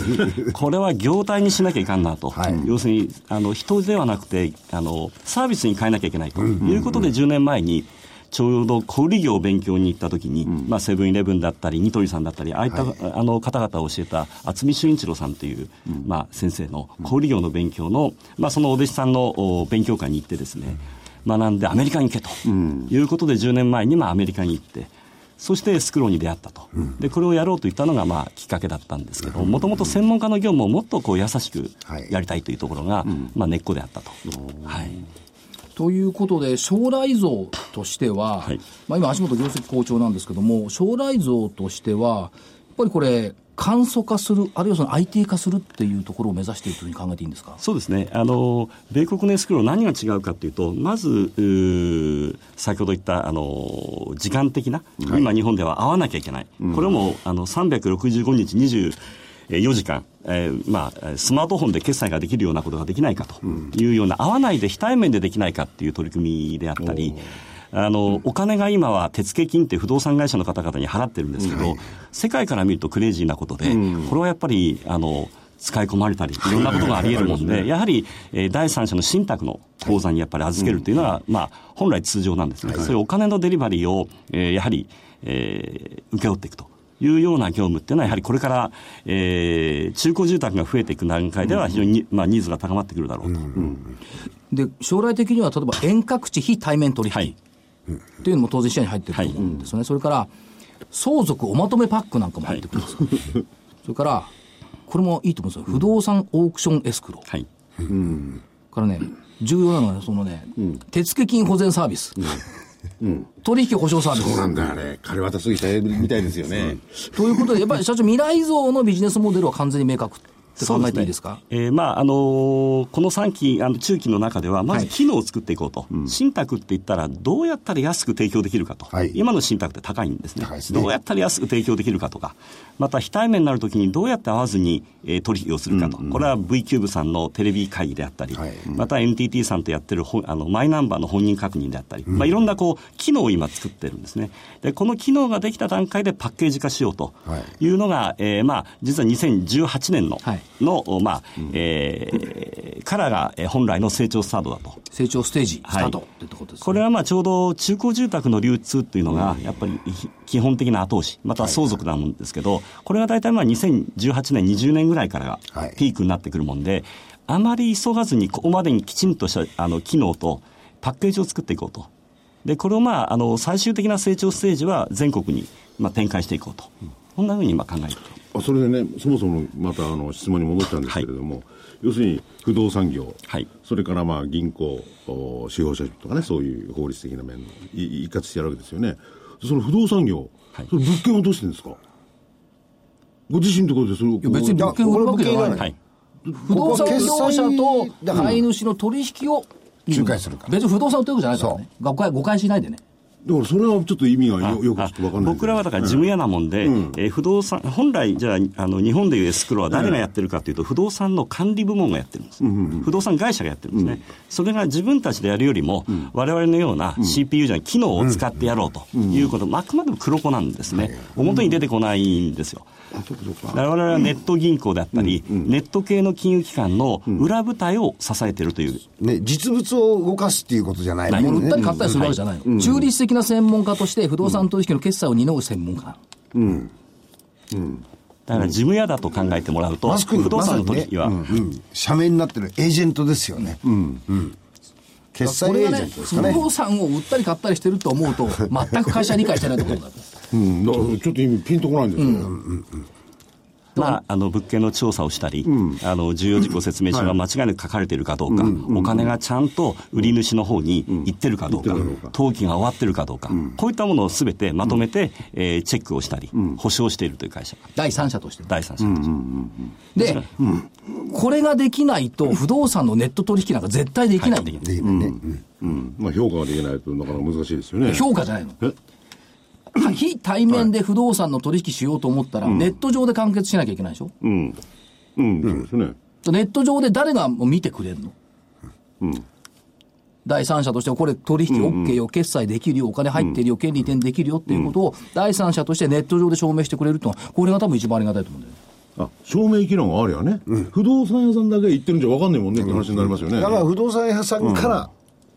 Speaker 6: これは業態にしなきゃいかんなと、
Speaker 3: はい
Speaker 6: 要するにあの人ではなくてあの、サービスに変えなきゃいけないということで、10年前に。ちょうど小売業を勉強に行った時に、まあ、セブンイレブンだったり、ニトリさんだったり、ああいった、あの方々を教えた渥美俊一郎さんという、まあ、先生の小売業の勉強の、まあ、そのお弟子さんのお勉強会に行ってですね、学んでアメリカに行けということで、10年前にまあアメリカに行って、そしてスクローに出会ったと、でこれをやろうと言ったのがまあきっかけだったんですけど、もともと専門家の業務をもっとこう優しく
Speaker 3: はい
Speaker 6: やりたいというところが、まあ、根っこであったと。はい
Speaker 1: ということで、将来像としては、
Speaker 6: はい
Speaker 1: まあ、今、足元業績好調なんですけども、将来像としては、やっぱりこれ、簡素化する、あるいはその IT 化するっていうところを目指しているというふうに考えていいんですか
Speaker 6: そうですね、あの米国のエスクロー、何が違うかというと、まず、うー先ほど言ったあの時間的な、今、日本では会わなきゃいけない、これもあの365日24時間、えーまあ、スマートフォンで決済ができるようなことができないかというような、会わないで非対面でできないかっていう取り組みであったり。あの、お金が今は手付金って不動産会社の方々に払ってるんですけど、世界から見るとクレイジーなことで、これはやっぱり、あの、使い込まれたり、いろんなことがあり得るもんで、やはり、えー第三者の信託の口座にやっぱり預けるというのは、まあ、本来通常なんですね。そういうお金のデリバリーを、えーやはり、えー、請け負っていくと。いうような業務っていうのは、やはりこれから、えー中古住宅が増えていく段階では、非常にに、まあ、ニーズが高まってくるだろうと。
Speaker 1: で、将来的には例えば遠隔地非対面取引、
Speaker 6: はい
Speaker 1: っていうのも当然視野に入ってると思うんですよね、それから相続おまとめパックなんかも入ってくるんですよ、それからこれもいいと思うんですよ、不動産オークションエスクロー、
Speaker 6: はい。
Speaker 1: からね、重要なのはね、そのね、手付金保全サービス、取引保証サービ
Speaker 4: そうな
Speaker 1: ス。
Speaker 4: んだよあれ金渡すぎたみたいですよね、
Speaker 1: ということで、やっぱり社長、未来像のビジネスモデルは完全に明確って考えていいですか
Speaker 6: えーまああのーこの3期、あの中期の中では、まず機能を作っていこうと、信託って言ったら、どうやったら安く提供できるかと、
Speaker 3: はい
Speaker 6: 今の信託って高いんですね
Speaker 3: 高いですね
Speaker 6: どうやったら安く提供できるかとか、また非対面になるときにどうやって会わずに、えー取引をするかと、これは V キューブさんのテレビ会議であったり、
Speaker 3: はい
Speaker 6: また NTT さんとやってるほあのマイナンバーの本人確認であったり、まあ、いろんなこう機能を今作ってるんですねでこの機能ができた段階でパッケージ化しようというのが、えーまあ、実は2018年の,、
Speaker 1: はい
Speaker 6: のまあえーからがえー本来の成長スタートだと。
Speaker 1: 成長ステージスタートってとこですね、
Speaker 6: これはまあちょうど中古住宅の流通っていうのが、やっぱりひ基本的な後押し、また相続なもんですけど、これが大体まあ2018年、20年ぐらいからが
Speaker 3: はい
Speaker 6: ピークになってくるもんで、あまり急がずに、ここまでにきちんとしたあの機能とパッケージを作っていこうと。で、これをまあ、あの、最終的な成長ステージは全国にまあ展開していこうと。こんなふうに今考えている
Speaker 4: あそれでねそもそもまたあの質問に戻ったんですけれども、要するに不動産業、
Speaker 6: はい
Speaker 4: それからまあ銀行お司法書士とかねそういう法律的な面のい一括してやるわけですよねその不動産業、
Speaker 6: はい
Speaker 4: それ物件をどうしてるんですかご自身のところでそれを
Speaker 1: や別に
Speaker 4: こ
Speaker 1: 物件を売るわけじゃない、
Speaker 3: いやこれ物件が
Speaker 6: はい。
Speaker 1: 不動産業者と買い主の取引を
Speaker 3: 仲介するから
Speaker 1: 別に不動産を売ってるわけじゃないからね誤解誤解しないでね
Speaker 4: うだからそれはちょっと意味がよよくちょっとわかんない。
Speaker 6: 僕らはだから事務屋なもんで、えー不動産、本来、じゃああの、日本でいうエスクロは誰がやってるかというと、不動産の管理部門がやってるんです、不動産会社がやってるんですね、それが自分たちでやるよりも、我々のような CPU じゃない、機能を使ってやろうということ、あくまでも黒子なんですね、表に出てこないんですよ。だから我々はネット銀行だったり、ネット系の金融機関の裏舞台を支えてるという
Speaker 3: ね、実物を動かすっていうことじゃない
Speaker 1: も
Speaker 3: もん
Speaker 1: う売
Speaker 3: ね
Speaker 1: ったり買ったりするわけじゃないの、中立的な専門家として不動産取引の決済を担う専門家、
Speaker 6: だから事務屋だと考えてもらうと、
Speaker 3: マスクに
Speaker 6: 不動産の時は、
Speaker 3: まさにねうん社名になってるエージェントですよね。うん決済
Speaker 1: これ
Speaker 3: エー
Speaker 1: が
Speaker 3: ジェ
Speaker 1: ね
Speaker 3: ントですか
Speaker 1: 不
Speaker 3: ね。
Speaker 1: 動産を売ったり買ったりしてると思うと全く会社は理解してないってことなんです
Speaker 4: うん、だからちょっと意味ピンとこないんですよね。
Speaker 6: まあ、あの物件の調査をしたり、あの重要事項説明書が間違いなく書かれているかどうか、お金がちゃんと売り主の方に行ってるかどうか、登記が終わってるかどうか、こういったものをすべてまとめて、えーチェックをしたり、保証しているという会社が、
Speaker 1: 第三者として
Speaker 6: 第三者として
Speaker 1: で、これができないと不動産のネット取引なんか絶対できないんだよ、
Speaker 3: で今ね
Speaker 4: うん。まあ評価ができないとなかなか難しいですよね。
Speaker 1: 評価じゃないの
Speaker 4: え
Speaker 1: 非対面で不動産の取引しようと思ったら、ネット上で完結しなきゃいけないでしょ、
Speaker 4: うん。うん、そうですね。
Speaker 1: ネット上で誰がもう見てくれるの、第三者としてこれ取引 OK よ、決済できるよ、お金入ってるよ、権利移転できるよっていうことを、第三者としてネット上で証明してくれるっていうのは、これが多分一番ありがたいと思うんだよね。
Speaker 4: あ、証明機能があるやね。不動産屋さんだけ行ってるんじゃわかんないもんねって話になりますよね。
Speaker 3: だから不動産屋さんから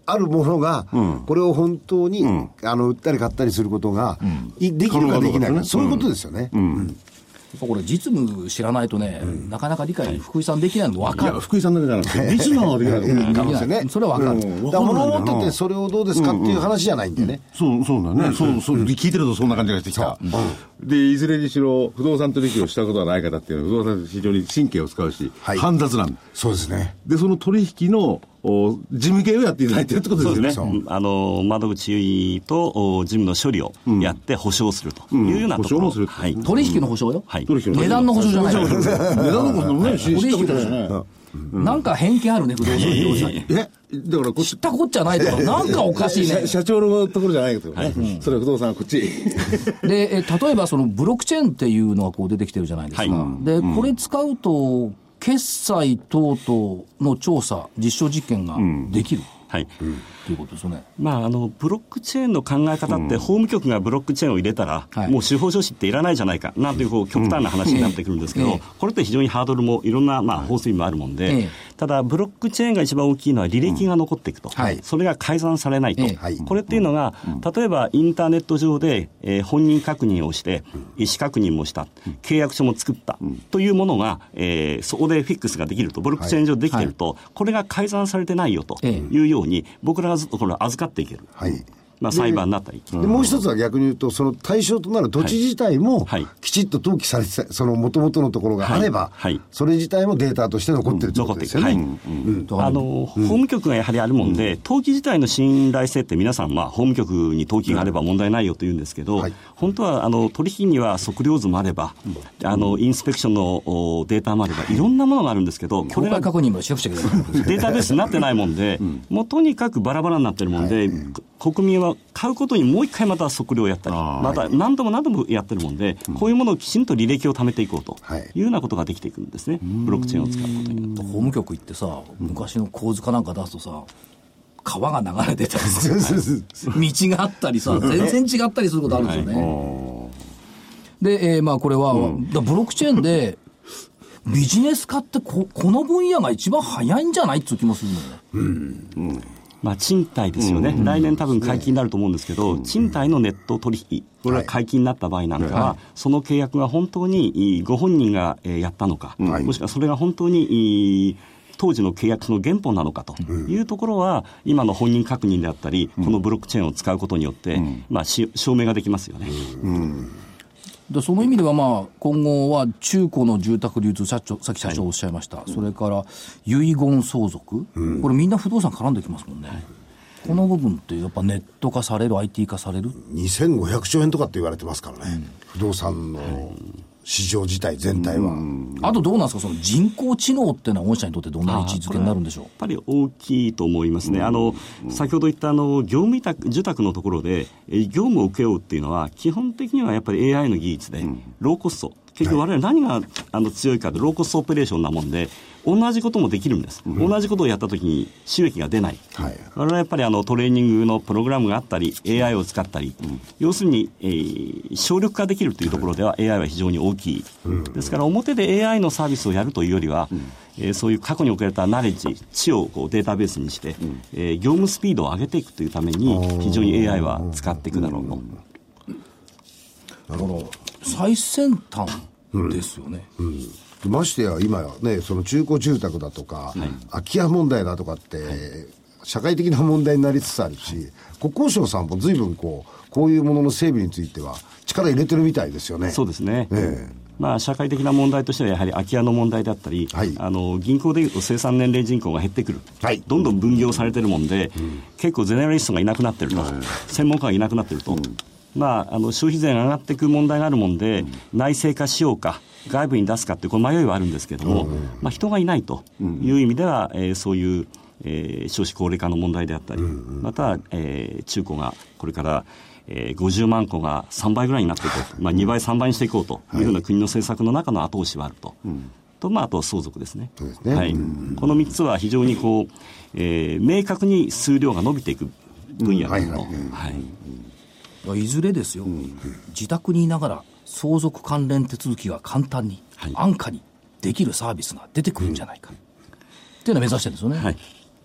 Speaker 3: あるものが、これを本当に、あの売ったり買ったりすることが、いできるかできない
Speaker 4: 可能かどうか
Speaker 3: か、
Speaker 4: ですね
Speaker 3: そういうことですよね。
Speaker 1: やっぱこれ実務知らないとね、なかなか理解、福井さんできないの分
Speaker 4: い
Speaker 1: か
Speaker 4: や、
Speaker 1: る。
Speaker 4: 福井さんだけじゃなくて、リスナーができないとね。
Speaker 3: 可能性ね。
Speaker 1: それは分かる
Speaker 3: うんだから物を持ってて、それをどうですかっていう話じゃないんでね。
Speaker 4: そう、そうだね。そう、そう、聞いてるとそんな感じがしてきた。で、いずれにしろ、不動産取引をしたことがない方っていうのは、不動産非常に神経を使うし、
Speaker 3: はい
Speaker 4: 煩雑なんだ。
Speaker 3: そうですね。
Speaker 4: で、その取引の、お事務系をやっていただいてるってことですよね。
Speaker 6: ねうんあの窓口とお事務の処理をやって保証するというようなところ、
Speaker 4: うん保証もする
Speaker 6: はい
Speaker 1: 取引の保証よ、
Speaker 6: はい
Speaker 4: 取引の
Speaker 1: 値段の保証じゃない
Speaker 4: 値段の保証もね、知ったことないしね。
Speaker 1: なんか偏見あるね、不動産業者に。
Speaker 4: え、だからこっ
Speaker 1: 知
Speaker 4: ち
Speaker 1: っ、たこっちゃないとか、なんかおかしいね
Speaker 4: 社。社長のところじゃないけどね。それは不動産はこっち。
Speaker 1: で、え例えばそのブロックチェーンっていうのがこう出てきてるじゃないですか。
Speaker 6: はいうん
Speaker 1: で、これ使うと、決済等々の調査、実証実験ができる
Speaker 6: はい
Speaker 1: ということですよね。
Speaker 6: まあ、あのブロックチェーンの考え方って、法務局がブロックチェーンを入れたら、
Speaker 1: はい
Speaker 6: もう司法書士っていらないじゃないかなんていうこう極端な話になってくるんですけど、
Speaker 1: ええ
Speaker 6: これって非常にハードルもいろんな、まあ、法整備もあるもんで、
Speaker 1: ええ
Speaker 6: ただ、ブロックチェーンが一番大きいのは履歴が残っていくと、
Speaker 3: はい
Speaker 6: それが改ざんされないと、
Speaker 1: ええ
Speaker 3: はい
Speaker 6: これっていうのが、例えばインターネット上で、えー本人確認をして、意思確認もした、契約書も作った、というものが、えーそこでフィックスができると、ブロックチェーン上できてると、これが改ざんされてないよと
Speaker 1: ええ
Speaker 6: いうように、僕らはずっとこれを預かっていける。
Speaker 3: はい。
Speaker 6: まあ、裁判になったり、
Speaker 3: でもう一つは逆に言うと、その対象となる土地自体も
Speaker 6: はい
Speaker 3: きちっと登記されてた、そのもともとのところがあれば
Speaker 6: はいはい、
Speaker 3: それ自体もデータとして残ってるということ
Speaker 6: 残って
Speaker 3: で
Speaker 6: い
Speaker 3: す
Speaker 6: く、
Speaker 3: よ
Speaker 6: はい
Speaker 3: ね。
Speaker 6: あの法務局がやはりあるもんで、登記自体の信頼性って、皆さん、まあ、法務局に登記があれば問題ないよと言うんですけど、
Speaker 3: はい
Speaker 6: 本当はあの取引には測量図もあれば、あのインスペクションのおデータもあれば、いろんなものがあるんですけど、こ
Speaker 1: 公
Speaker 6: れが
Speaker 1: 開確認もしなくちゃいけない。
Speaker 6: データベースになってないもんで、もうとにかくバラバラになってるもんで、こ国民は買うことにもう一回また測量をやったり、また何度も何度もやってるもんで、こういうものをきちんと履歴を貯めていこうと
Speaker 3: はい
Speaker 6: いうようなことができていくんですね、ブロックチェーンを使うことによって。
Speaker 1: 法務局行ってさ、昔の構図かなんか出すとさ、川が流れてたりさ、道があったりさ、全然違ったりすることあるんですよね。で、えーまあこれは、だブロックチェーンで、ビジネス化ってここの分野が一番早いんじゃないっていう気もするのよね。
Speaker 6: まあ、賃貸ですよね、来年多分解禁になると思うんですけど、賃貸のネット取引、これが解禁になった場合なんかは、その契約が本当にいいご本人がえーやったのか、もしくはそれが本当にいい当時の契約の原本なのかというところは、今の本人確認であったり、このブロックチェーンを使うことによって、まあ、し証明ができますよね。
Speaker 1: でその意味では、まあ、今後は中古の住宅流通社長、さっき社長おっしゃいました、それから遺言相続、これ、みんな不動産絡んできますもんね、この部分って、やっぱネット化される、IT 化される、
Speaker 3: 2500兆円とかって言われてますからね、不動産の市場自体全体は。
Speaker 1: あとどうなんですか、その人工知能っていうのは、御社にとってどんな位置づけになるんでしょう
Speaker 6: やっぱり大きいと思いますね、あの先ほど言ったあの業務委託受託のところで、えー業務を請け負うっていうのは、基本的にはやっぱり AI の技術で、ローコスト、結局、我々何があの強いかで、ローコストオペレーションなもんで、同じこともできるんです、同じことをやったときに収益が出ない、
Speaker 3: はい
Speaker 6: 我々やっぱりあのトレーニングのプログラムがあったり、AI を使ったり、要するに、えー省力化できるというところでは、AI は非常に大きい、ですから表で AI のサービスをやるというよりは、えーそういう過去に置かれたナレッジ、知をこうデータベースにして、えー業務スピードを上げていくというために、非常に AI は使っていくだろうと。
Speaker 1: 最先端ですよね、
Speaker 3: ましてや今やねその中古住宅だとか、空き家問題だとかって、社会的な問題になりつつあるし、国交省さんも随分こうこういうものの整備については力入れてるみたいですよね。
Speaker 6: そうですね、
Speaker 3: え
Speaker 6: まあ、社会的な問題としては、やはり空き家の問題だったり、
Speaker 3: はい
Speaker 6: あの銀行でいうと生産年齢人口が減ってくる、
Speaker 3: はい
Speaker 6: どんどん分業されてるもんで、結構、ゼネラリストがいなくなってると、専門家がいなくなってると、まあ、あの消費税が上がっていく問題があるもんで、内製化しようか。外部に出すかっていうこの迷いはあるんですけれども、まあ、人がいないという意味では、えーそういう、えー少子高齢化の問題であったり、または、えー中古がこれから、えー50万個が3倍ぐらいになっていこうと、まあ、2倍、3倍にしていこうというふうな国の政策の中の後押しはあると。とまあ、あと相続ですね
Speaker 3: ですね
Speaker 6: はい、この3つは非常にこう、えー明確に数量が伸びていく分野だと、はい
Speaker 1: いやいずれですよ、自宅にいながら相続関連手続きが簡単に、
Speaker 6: はい
Speaker 1: 安価にできるサービスが出てくるんじゃないか、っていうのを目指してるんですよね、
Speaker 6: はい、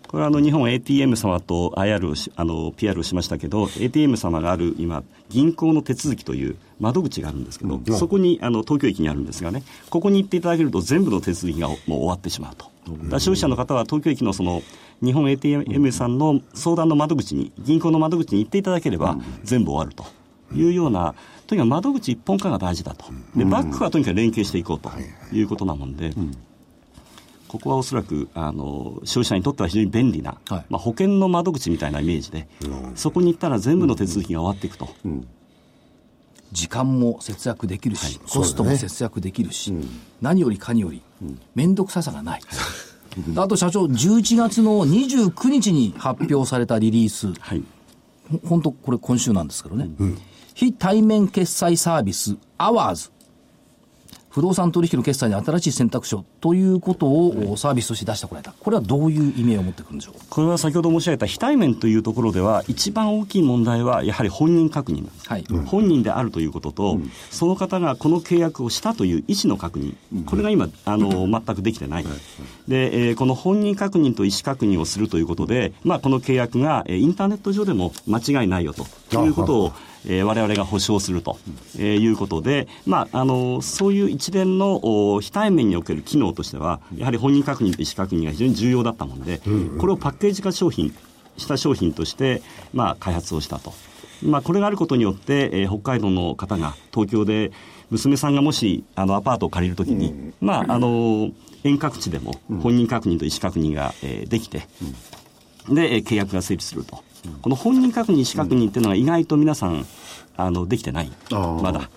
Speaker 6: これはあの日本 ATM 様と IR をしあの PR をしましたけど ATM 様がある今銀行の手続きという窓口があるんですけど、そこにあの東京駅にあるんですがねここに行っていただけると全部の手続きがもう終わってしまうと、だから消費者の方は東京駅のその日本 ATM さんの相談の窓口に銀行の窓口に行っていただければ全部終わるというようなとにかく窓口一本化が大事だとでバックはとにかく連携していこうということなもんで、ここはおそらくあの消費者にとっては非常に便利な、
Speaker 1: はい
Speaker 6: まあ、保険の窓口みたいなイメージで、そこに行ったら全部の手続きが終わっていくと、
Speaker 1: 時間も節約できるし、コストも節約できるし、何よりかにより、面倒くささがない。あと社長、11月の29日に発表されたリリース、
Speaker 6: はい、
Speaker 1: 本当、これ、今週なんですけどね、非対面決済サービス、Hours、不動産取引の決済に新しい選択肢をということをサービスとして出してこられた、これはどういう意味を持ってくるんでしょう
Speaker 6: これは先ほど申し上げた非対面というところでは、一番大きい問題はやはり本人確認なんです、
Speaker 1: はい
Speaker 6: 本人であるということと、その方がこの契約をしたという意思の確認、これが今、あの 全くできてない、でえーこの本人確認と意思確認をするということで、まあ、この契約がえーインターネット上でも間違いないよとということを、えー我々が保証すると、えーいうことで、まああのそういう一連のお非対面における機能としては、やはり本人確認と意思確認が非常に重要だったもので、これをパッケージ化商品した商品として、まあ、開発をしたと。まあ、これがあることによって、えー北海道の方が東京で娘さんがもしあのアパートを借りるときに、まああの遠隔地でも本人確認と意思確認が、えーできて、で、えー契約が成立すると、この本人確認、資確認っていうのが意外と皆さん、あのできてない、まだ。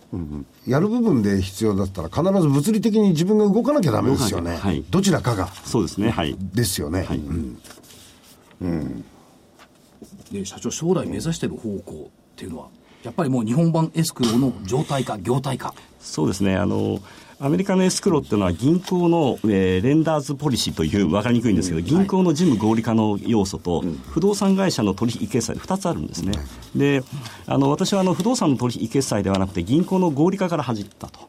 Speaker 3: やる部分で必要だったら必ず物理的に自分が動かなきゃダメですよね。
Speaker 6: 動かなきゃはい
Speaker 3: どちらかが。
Speaker 6: そうですね、はい、
Speaker 3: ですよね。
Speaker 6: はい
Speaker 1: で社長将来目指している方向っていうのはやっぱりもう日本版エスクローの状態化業態化
Speaker 6: そうですねあの、アメリカのエスクローっていうのは、銀行の、えーレンダーズポリシーという、分かりにくいんですけど、銀行の事務合理化の要素と、不動産会社の取引決済、2つあるんですね。であの私はあの不動産の取引決済ではなくて、銀行の合理化から始めたと、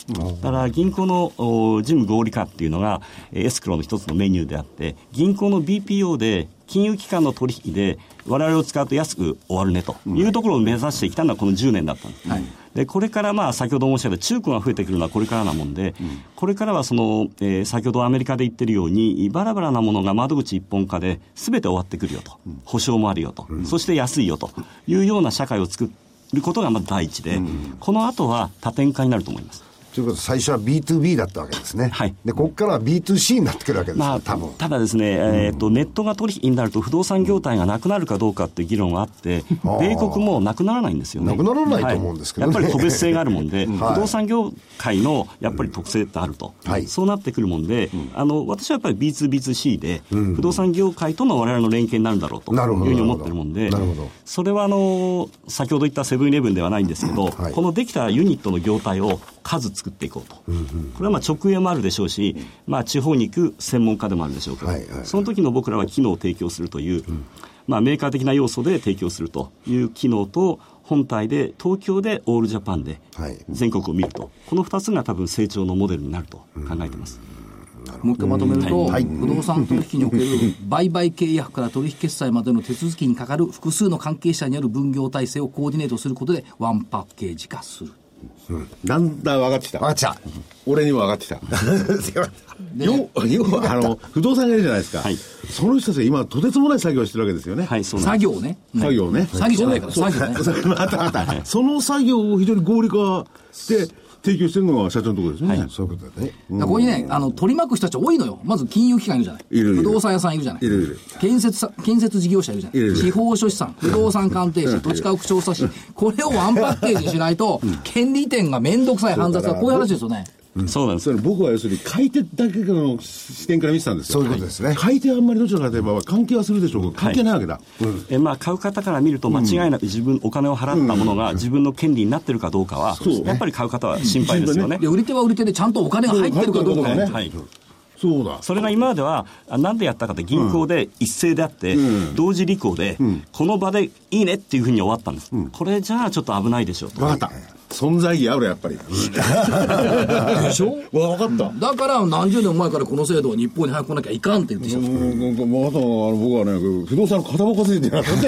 Speaker 6: だから銀行のお事務合理化っていうのが、えーエスクローの一つのメニューであって、銀行の BPO で金融機関の取引で、我々を使うと安く終わるねというところを目指してきたのはこの10年だったんです、でこれからまあ先ほど申し上げた中古が増えてくるのはこれからなもんで、これからはその、えー先ほどアメリカで言ってるように、バラバラなものが窓口一本化で、すべて終わってくるよと、保証もあるよと、そして安いよというような社会を作ることがまず第一で、この後は多点化になると思います。
Speaker 3: ということで最初は B2B だったわけですね。
Speaker 6: はい
Speaker 3: で、ここからは B2C になってくるわけですよ、
Speaker 6: まあ、
Speaker 3: 多分。
Speaker 6: ただですね、えーと、ネットが取引になると、不動産業態がなくなるかどうかっていう議論はあって、米国もなくならないんですよね。
Speaker 3: なくならないと思うんですけどね
Speaker 6: はいやっぱり個別性があるもんで、
Speaker 3: はい
Speaker 6: 不動産業界のやっぱり特性ってあると、
Speaker 3: はい
Speaker 6: そうなってくるもんで、あの私はやっぱり B2B2C で、不動産業界との我々の連携になるだろうとい
Speaker 3: なるほど
Speaker 6: うふうに思ってるもんで
Speaker 3: なるほど、
Speaker 6: それはあの先ほど言ったセブンイレブンではないんですけど、
Speaker 3: はい
Speaker 6: このできたユニットの業態を数作っていこうと、これはまあ直営もあるでしょうし、まあ、地方に行く専門家でもあるでしょうけど、
Speaker 3: はいはい
Speaker 6: その時の僕らは機能を提供するという、まあ、メーカー的な要素で提供するという機能と、本体で、東京で、オールジャパンで
Speaker 3: はい、
Speaker 6: 全国を見ると、この2つが多分成長のモデルになると考えてます。
Speaker 1: もう一回まとめると、不動産取引にお ける売買契約から取引決済までの手続きにかかる複数の関係者による分業体制をコーディネートすることで、ワンパッケージ化する。
Speaker 4: だんだん分かってきた。
Speaker 3: 分かっちゃ
Speaker 4: 俺にも上がってき た。要要は、あの、不動産がいるじゃないですか。
Speaker 6: はい
Speaker 4: その人たち、今、とてつもない作業してるわけですよね。
Speaker 6: はい、そうなん
Speaker 1: 作
Speaker 6: です
Speaker 1: 業ね。
Speaker 4: 作業ね。
Speaker 1: 作業じゃないから
Speaker 4: そう
Speaker 1: 作業ね
Speaker 4: そうそうあったあった。その作業を非常に合理化して、提供してるのが社長のところですよね。
Speaker 3: う。そういうことだね。
Speaker 1: だからここにね、あの、取り巻く人たち多いのよ。まず金融機関いるじゃない。
Speaker 4: いるいる
Speaker 1: 不動産屋さんいるじゃない。
Speaker 4: いるいる
Speaker 1: 建設さ、建設事業者いるじゃない。
Speaker 4: いるいる
Speaker 1: 地方書士さん、不動産鑑定士、土地家屋調査士。これをワンパッケージにしないと、権利点がめんどくさい煩雑だ。こういう話ですよね。
Speaker 6: そうなんです
Speaker 4: それ僕は要するに買い手だけの視点から見てたんですよ
Speaker 3: そういうことですね
Speaker 4: はい買い手はあんまりどちらかといえば関係はするでしょうけど関係ないわけだ、
Speaker 6: えまあ、買う方から見ると、間違いなく自分、お金を払ったものが自分の権利になってるかどうかは、やっぱり買う 方は心配ですよね
Speaker 1: で、。売り手は売り手でちゃんとお金が入ってるかどうか
Speaker 4: そう入って
Speaker 1: ね
Speaker 4: るかどうかね。
Speaker 6: はい、
Speaker 4: そうだ
Speaker 6: それが今までは、あなんでやったかって、銀行で一斉であって、同時履行で、この場でいいねっていうふうに終わったんです、これじゃあちょっと危ないでしょうと、
Speaker 4: 分かった存在意義あるやっぱりでしょ分かった
Speaker 1: だから何十年前からこの制度を日本に早く来なきゃいかんって言ってしまう
Speaker 4: うんうんまたあの僕はね不動産の片ばかついてなかったん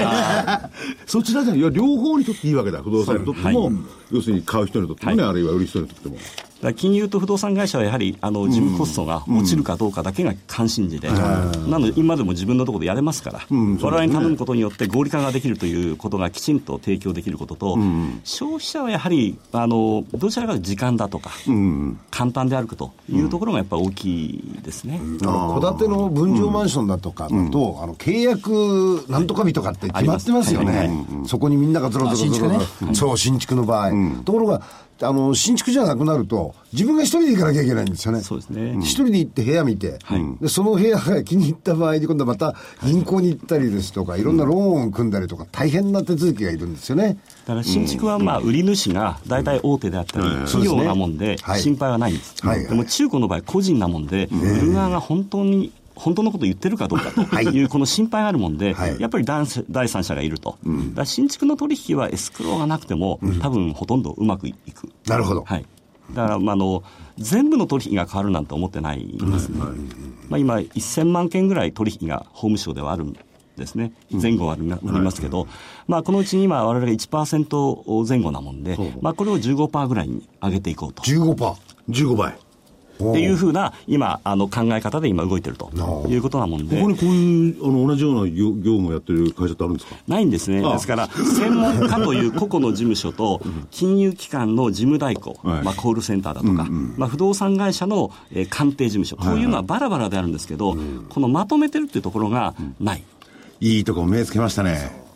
Speaker 4: でそちらじゃないいや両方にとっていいわけだ不動産にとっても、要するに買う人にとってもね、あるいは売る人にとっても
Speaker 6: だから金融と不動産会社はやはりあの事務コストが落ちるかどうかだけが関心事で、なので今でも自分のところでやれますから、我々に頼むことによって合理化ができるということがきちんと提供できることと、消費者はやはりあのどちらかというと時間だとか、簡単であるというところがやっぱり大きいですね。
Speaker 3: あの戸建ての分譲マンションだとかだと、あの契約なんとか日とかって決まってますよね、
Speaker 6: はい
Speaker 3: そこにみんながずろずろずろ
Speaker 1: あ新
Speaker 3: ずろそう新築の場合、ところがあの新築じゃなくなると自分が一人で行かなきゃいけないんですよね
Speaker 6: そうですね
Speaker 3: 一人で行って部屋見て、でその部屋が気に入った場合に今度はまた銀行に行ったりですとかいろんなローンを組んだりとか大変な手続きがいるんですよね
Speaker 6: だから新築はまあ売り主が大体大手であったり、企業なもんで
Speaker 3: はい
Speaker 6: 心配はないんです、
Speaker 3: はいはい
Speaker 6: でも中古の場合、個人なもんで、売る側が本当に本当のこと言ってるかど うかという、この心配があるもんで、
Speaker 3: はい
Speaker 6: やっぱり男性第三者がいると、だから新築の取引はエスクローがなくても、多分ほとんどうまくいく、
Speaker 3: なるほど、
Speaker 6: はい、だから、まあ、あの全部の取引が変わるなんて思ってないですね、まあ、今、1000万件ぐらい取引が法務省ではあるんですね、前後はありなありますけど、まあ、このうちに今、我々が1%前後なもんで、まあ、これを15%ぐらいに上げていこうと。
Speaker 3: 15%
Speaker 4: 15倍
Speaker 6: っていうふうな今あの考え方で今動いてるということなもん
Speaker 4: こ
Speaker 6: で
Speaker 4: こにこういうあの同じような業業務をやってる会社ってあるんですか
Speaker 6: ないんですね、
Speaker 4: ああ
Speaker 6: ですから、専門家という個々の事務所と、金融機関の事務代行、
Speaker 4: はい
Speaker 6: まあ、コールセンターだとか、まあ、不動産会社の、えー鑑定事務所、こういうのはバラバラであるんですけど、このまとめてるっていうところがない。
Speaker 4: いいとこ目つけましたね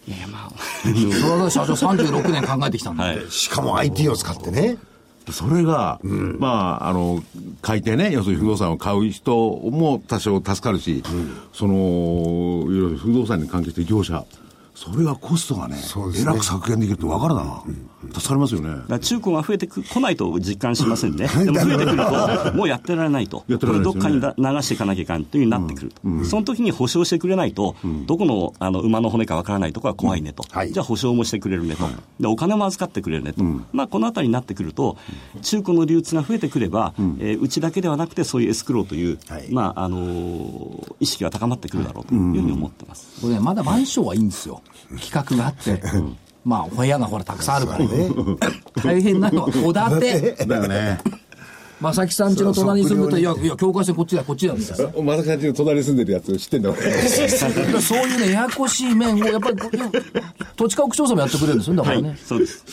Speaker 6: いやいやまあ
Speaker 1: それは社長36年考えてきたんだ、
Speaker 6: はい
Speaker 3: しかも IT を使ってね
Speaker 4: それが、まあ、あの、買い手ね、要するに不動産を買う人も多少助かるし、その、いろいろ不動産に関係してる業者、それはコストがね、
Speaker 3: そうで
Speaker 4: え
Speaker 3: すね
Speaker 4: らく削減できるって分かるな、助かりますよね。
Speaker 6: だから中古が増えてく来ないと実感しませんね、でも増えてくると、もうやってられないと、
Speaker 4: やって
Speaker 6: こ
Speaker 4: られ
Speaker 6: れ、
Speaker 4: ない
Speaker 6: ど
Speaker 4: で
Speaker 6: っ
Speaker 4: すよね
Speaker 6: かにだ流していかなきゃいかんというふうになってくると、その時に保証してくれないと、どこのあの馬の骨かわからないとこは怖いねと、
Speaker 3: はい
Speaker 6: じゃあ保証もしてくれるねと、でお金も預かってくれるねと、まあ、このあたりになってくると、中古の流通が増えてくれば、うえーうちだけではなくて、そういうエスクローという、
Speaker 3: はい
Speaker 6: まああのー意識が高まってくるだろうというふうに思ってます。
Speaker 1: これねまだマンションはいいんですよ企画があってまあお部屋がほらたくさんあるからね大変なのは戸建 て
Speaker 4: だよね。
Speaker 1: 正木さん家の隣に住むといやいや境界線こっちだこっちだみたいな
Speaker 4: まさかち隣に住んでるやつ知ってんだ、
Speaker 1: そういうねややこしい面をやっぱり土地価格調査もやってくれるんですよだからね、
Speaker 6: そうです。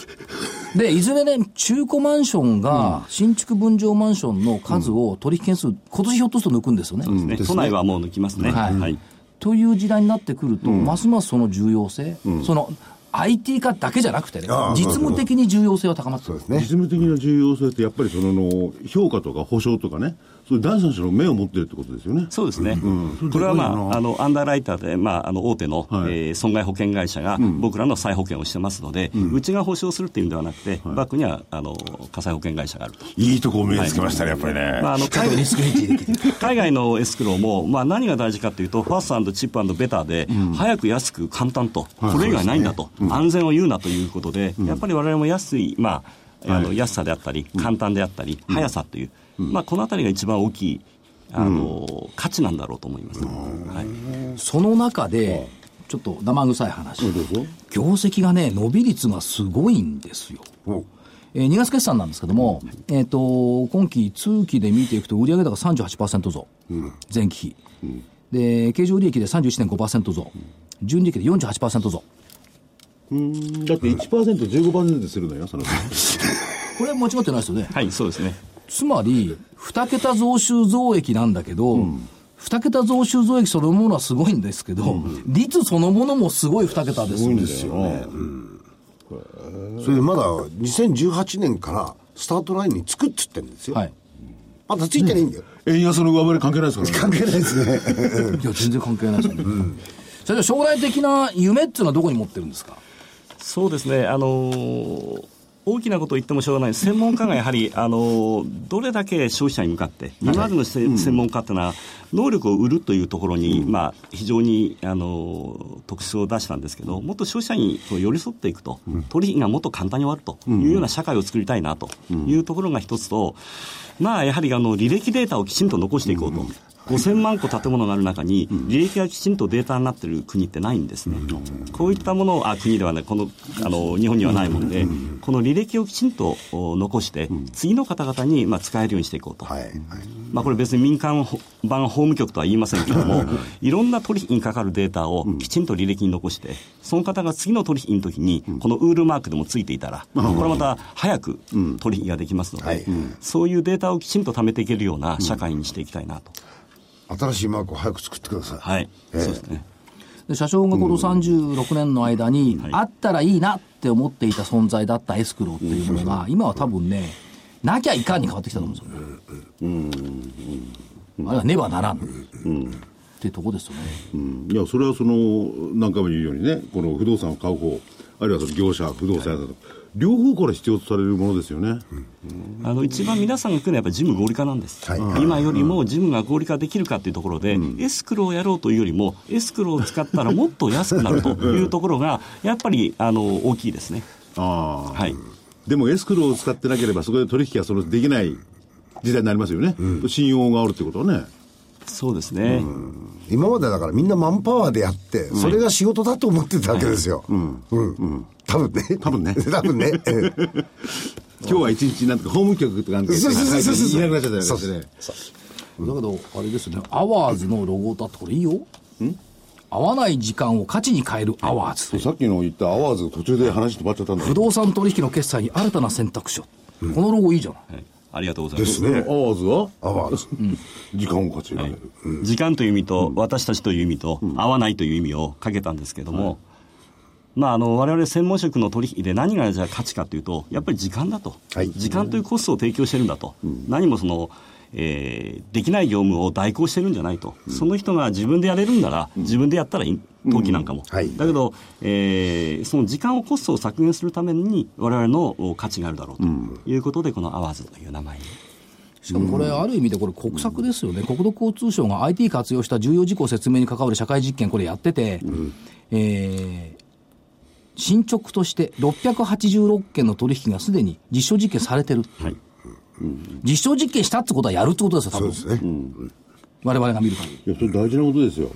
Speaker 1: で、いずれね、中古マンションが、新築分譲マンションの数を取引件数、今年ひょっとすると抜くんですよね。
Speaker 6: ね都内はもう抜きますね。
Speaker 1: はい
Speaker 6: はい
Speaker 1: という時代になってくると、ますますその重要性、その IT 化だけじゃなくてね
Speaker 3: ああ、
Speaker 1: 実務的に重要性は高まってく
Speaker 3: そう
Speaker 1: る
Speaker 3: ですね。
Speaker 4: 実務的な重要性ってやっぱりそのあの評価とか保証とかねそういう第三者の目を持ってるってことですよね
Speaker 6: そうですね、これは、まあ、あのアンダーライターで、まあ、あの大手の、
Speaker 4: はい
Speaker 6: えー損害保険会社が僕らの再保険をしてますので、うちが保証するっていうんではなくて、バックにはあの火災保険会社があると。
Speaker 5: いいとこを目につけましたね、やっぱりね。
Speaker 6: まあ、あの海外海外のエスクローも、まあ、何が大事かというと、ファーストチップベターで、早く安く簡単と、これ以外ないんだと、安全を言うなということで、やっぱり我々も安い、まあ、あの安さであったり、簡単であったり、速さという、まあ、このあたりが一番大きいあの価値なんだろうと思います。はい
Speaker 1: その中で、ちょっと生臭い話、業績がね、伸び率がすごいんですよ。えー、2月決算なんですけども、えっ、と、今期、通期で見ていくと、売上高38%増、前期比、で、経常利益で31.5%増、純利益で48%増。
Speaker 4: だって 1%15% するのよその
Speaker 1: これは間違ってないですよね。
Speaker 6: はい、そうですね。
Speaker 1: つまり、2桁増収増益なんだけど、2桁増収増益そのものはすごいんですけど、率そのものもすごい2桁ですよね。
Speaker 4: ですよね
Speaker 3: それでまだ2018年からスタートラインにつくっつってんですよ。
Speaker 1: はい。
Speaker 3: まだついてないんだよ。
Speaker 4: 円安の上振れ関係ないですから
Speaker 3: 関
Speaker 4: ね
Speaker 3: 係ないですね。
Speaker 1: いや、全然関係ないですよね。それじゃあ将来的な夢っていうのはどこに持ってるんですか
Speaker 6: そうですね、あのー大きなことを言ってもしょうがない、専門家がやはり、あのーどれだけ消費者に向かって、今までのせ、専門家というのは、能力を売るというところに、まあ、非常に、あのー特徴を出したんですけど、もっと消費者にこう寄り添っていくと、取引がもっと簡単に終わるというような社会を作りたいなというところが一つと、まあ、やはりあの履歴データをきちんと残していこうと。5000万個建物がある中に、履歴がきちんとデータになっている国ってないんですね、こういったものを、あ国ではない、このあの日本にはないもんで、この履歴をきちんとお残して、次の方々にまあ使えるようにしていこうと、
Speaker 3: はい。
Speaker 6: まあ、これ、別に民間ほ版法務局とは言いませんけれども、いろんな取引にかかるデータをきちんと履歴に残して、その方が次の取引の時に、このウールマークでもついていたら、これまた早く取引ができますの
Speaker 3: はい
Speaker 6: で、そういうデータをきちんと貯めていけるような社会にしていきたいなと。
Speaker 3: 新しいマークを早く作ってください。
Speaker 6: はい、そうですね。
Speaker 1: で社長がこの36年の間に、あったらいいなって思っていた存在だったエスクローっていうものが、今は多分ね、なきゃいかんに変わってきたと思うんですよね。あれはねばならん。ってとこですよね。
Speaker 4: うんいやそれはその何回も言うようにねこの不動産を買う方あるいはその業者不動産屋さんとか、両方から必要とされるものですよね、
Speaker 6: あの一番皆さんが来るのはやっぱり事務合理化なんです、
Speaker 3: はい
Speaker 6: 今よりも事務が合理化できるかというところで、エスクローをやろうというよりも、エスクローを使ったらもっと安くなるというところが、やっぱりあの大きいですね。
Speaker 4: ああ
Speaker 6: はい
Speaker 4: でもエスクローを使ってなければそこで取引がそのできない時代になりますよね、信用があるってことはね
Speaker 6: そうですね、
Speaker 3: 今までだからみんなマンパワーでやって、それが仕事だと思ってたわけですよ。うん。うん。多分ね。
Speaker 4: 多分ね
Speaker 3: 多分ね。ええ
Speaker 4: 今日は一日なんとか法務局とかなんか言っ
Speaker 3: そ
Speaker 4: て
Speaker 3: うそうそうそう
Speaker 4: いなくなっちゃったよね
Speaker 3: そうそう
Speaker 1: だけど、あれですよね、アワーズのロゴだってこれいいよ。合わない時間を価値に変えるアワーズ。
Speaker 4: さっきの言ったアワーズが途中で話止まっちゃったんだ
Speaker 1: 不動産取引の決済に新たな選択肢を。このロゴいいじゃない。
Speaker 6: はいありがとうございます。
Speaker 4: アワーズは
Speaker 3: アワーズ。
Speaker 4: 時間を勝ち得られる、
Speaker 6: 時間という意味と、私たちという意味と、合わないという意味をかけたんですけども、まあ、あの我々専門職の取引で何がじゃあ価値かというと、やっぱり時間だと、
Speaker 3: はい
Speaker 6: 時間というコストを提供してるんだと、何もその、えーできない業務を代行してるんじゃないと、その人が自分でやれるんなら、自分でやったらいい、登記なんかも、
Speaker 3: はい
Speaker 6: だけど、えーその時間をコストを削減するために、我々のお価値があるだろうということで、このアワーズという名前に。
Speaker 1: しかもこれ、ある意味でこれ国策ですよね、国土交通省が IT 活用した重要事項説明に関わる社会実験、これやってて、えー進捗として686件の取引がすでに実証実験されてる、
Speaker 6: はい
Speaker 1: 実証実験したってことはやるってことですよ、多
Speaker 3: そう
Speaker 1: 分
Speaker 3: ですね。
Speaker 1: 我々が見る限り。
Speaker 4: いやそれ大事なことですよ、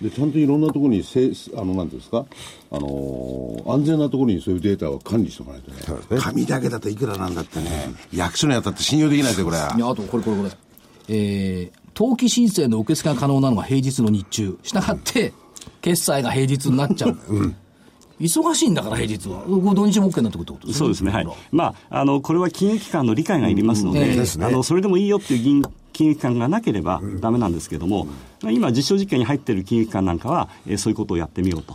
Speaker 4: でちゃんといろんなところにせあのなんていうんですか、あのー安全なところにそういうデータは管理しておかないとね
Speaker 5: 紙だけだといくらなんだってね、役所のやったって信用できないですよ、これは。
Speaker 1: いやあとこれこれこれ、えー、登記申請の受付が可能なのが平日の日中、したがって、決済が平日になっちゃう、忙しいんだから、平日は。これ土日も OK になってくるってこと
Speaker 6: そうですね、はいまあ、あのこれは金融機関の理解がいりますので、
Speaker 1: うんうん
Speaker 3: ですね
Speaker 6: あのそれでもいいよっていう銀金融機関がなければだめなんですけども、まあ今、実証実験に入っている金融機関なんかは、えーそういうことをやってみようと、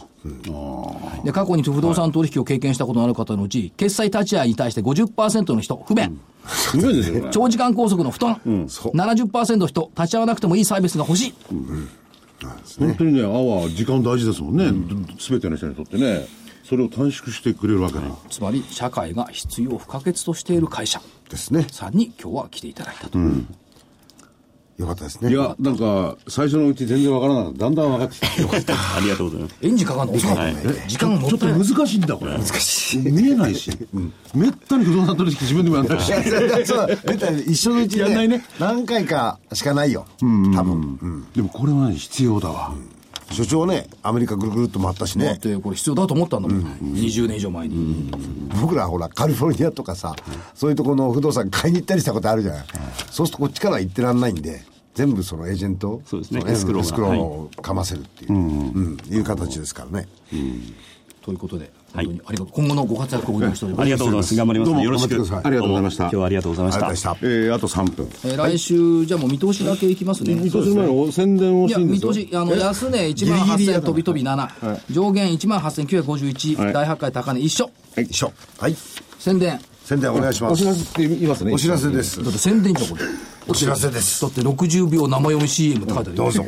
Speaker 1: で過去に不動産取引を経験したことのある方のうち、決済立ち会いに対して50%の人、不便。
Speaker 4: すごいですよこれ
Speaker 1: 長時間拘束の布団。70%の人、立ち会わなくてもいいサービスが欲しい。
Speaker 4: 本当にね、アワー、時間大事ですもんね、すべての人にとってね、それを短縮してくれるわけだ、
Speaker 1: つまり、社会が必要不可欠としている会社
Speaker 3: ですね。
Speaker 1: さんに今日は来ていただいたと。
Speaker 3: よかったですね。
Speaker 4: い、や、なんか、最初のうち全然わからなかった、だんだん分か ってきた、
Speaker 6: ありがとうございます。
Speaker 1: エンジンかかんの遅かったね。時間も
Speaker 4: ちょ
Speaker 1: っ
Speaker 4: っと
Speaker 1: たいない。
Speaker 4: 難しいんだ、これ、難しい見えないし、めったに不動産取引、自分でもやんないし、
Speaker 3: そうだ、出たら一緒のうち
Speaker 4: やんない
Speaker 3: にね
Speaker 4: ね、
Speaker 3: 何回かしかないよ。多分。うん
Speaker 4: でもこれはね必要だわ、
Speaker 3: 所長ね、アメリカぐるぐるっと回ったし
Speaker 1: だっ
Speaker 3: ね、
Speaker 1: てこれ必要だと思ったんだもん。20年以上前に。
Speaker 3: 僕らほら、カリフォルニアとかさ、そういうところの不動産買いに行ったりしたことあるじゃない。そうするとこっちから行ってらんないんで、全部そのエージェント、
Speaker 6: そうですね
Speaker 3: のエ
Speaker 6: エ
Speaker 3: ス
Speaker 6: ス
Speaker 3: ク
Speaker 6: ク
Speaker 3: ロ
Speaker 6: ローが
Speaker 3: ーをかませるっていう、うん、いう形ですからね。
Speaker 1: ということで、本当にありがとう。今後のご活躍をお祈りしており
Speaker 6: あ
Speaker 1: ます
Speaker 6: り。がとうございます。頑張ります。
Speaker 3: どうも
Speaker 6: よろしく。
Speaker 3: 頑張ってください
Speaker 4: ありがとうございました
Speaker 6: ども今日はありがとうございま
Speaker 3: ありがとうございま
Speaker 6: し。
Speaker 3: したた。
Speaker 4: えー、あと3分、
Speaker 1: えー来週、じゃあもう見通しだけいきますね。
Speaker 4: 見通しの前にお宣伝を
Speaker 1: い
Speaker 4: し
Speaker 1: や、
Speaker 4: ていいんで
Speaker 1: 見
Speaker 4: すよ
Speaker 1: 通し、あの、安値1万
Speaker 4: ギリギリや
Speaker 1: 8000
Speaker 4: な
Speaker 1: 飛び飛び7、上限1万8951、
Speaker 4: はい
Speaker 1: 大破壊高値一緒、
Speaker 3: はい、一緒。はい。
Speaker 1: 宣伝。
Speaker 3: 宣伝お願いしま
Speaker 4: お知ら
Speaker 3: す。
Speaker 4: せって言いますね、
Speaker 3: お知らせです
Speaker 1: だ。って宣伝じゃん、これ。
Speaker 3: お知らせです。
Speaker 1: だって60秒生読み CM って書いてあるよ
Speaker 3: どうぞ。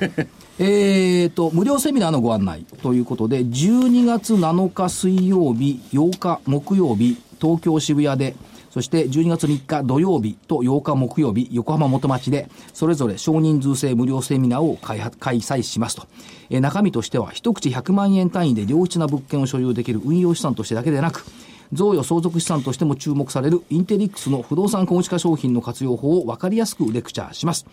Speaker 1: えーと、無料セミナーのご案内ということで、12月7日水曜日、8日木曜日、東京渋谷で、そして12月3日土曜日と8日木曜日、横浜元町で、それぞれ少人数制無料セミナーを開発開催しますと。えー中身としては、一口100万円単位で良質な物件を所有できる運用資産としてだけでなく、贈与相続資産としても注目されるインテリックスの不動産小口化商品の活用法を分かりやすくレクチャーします。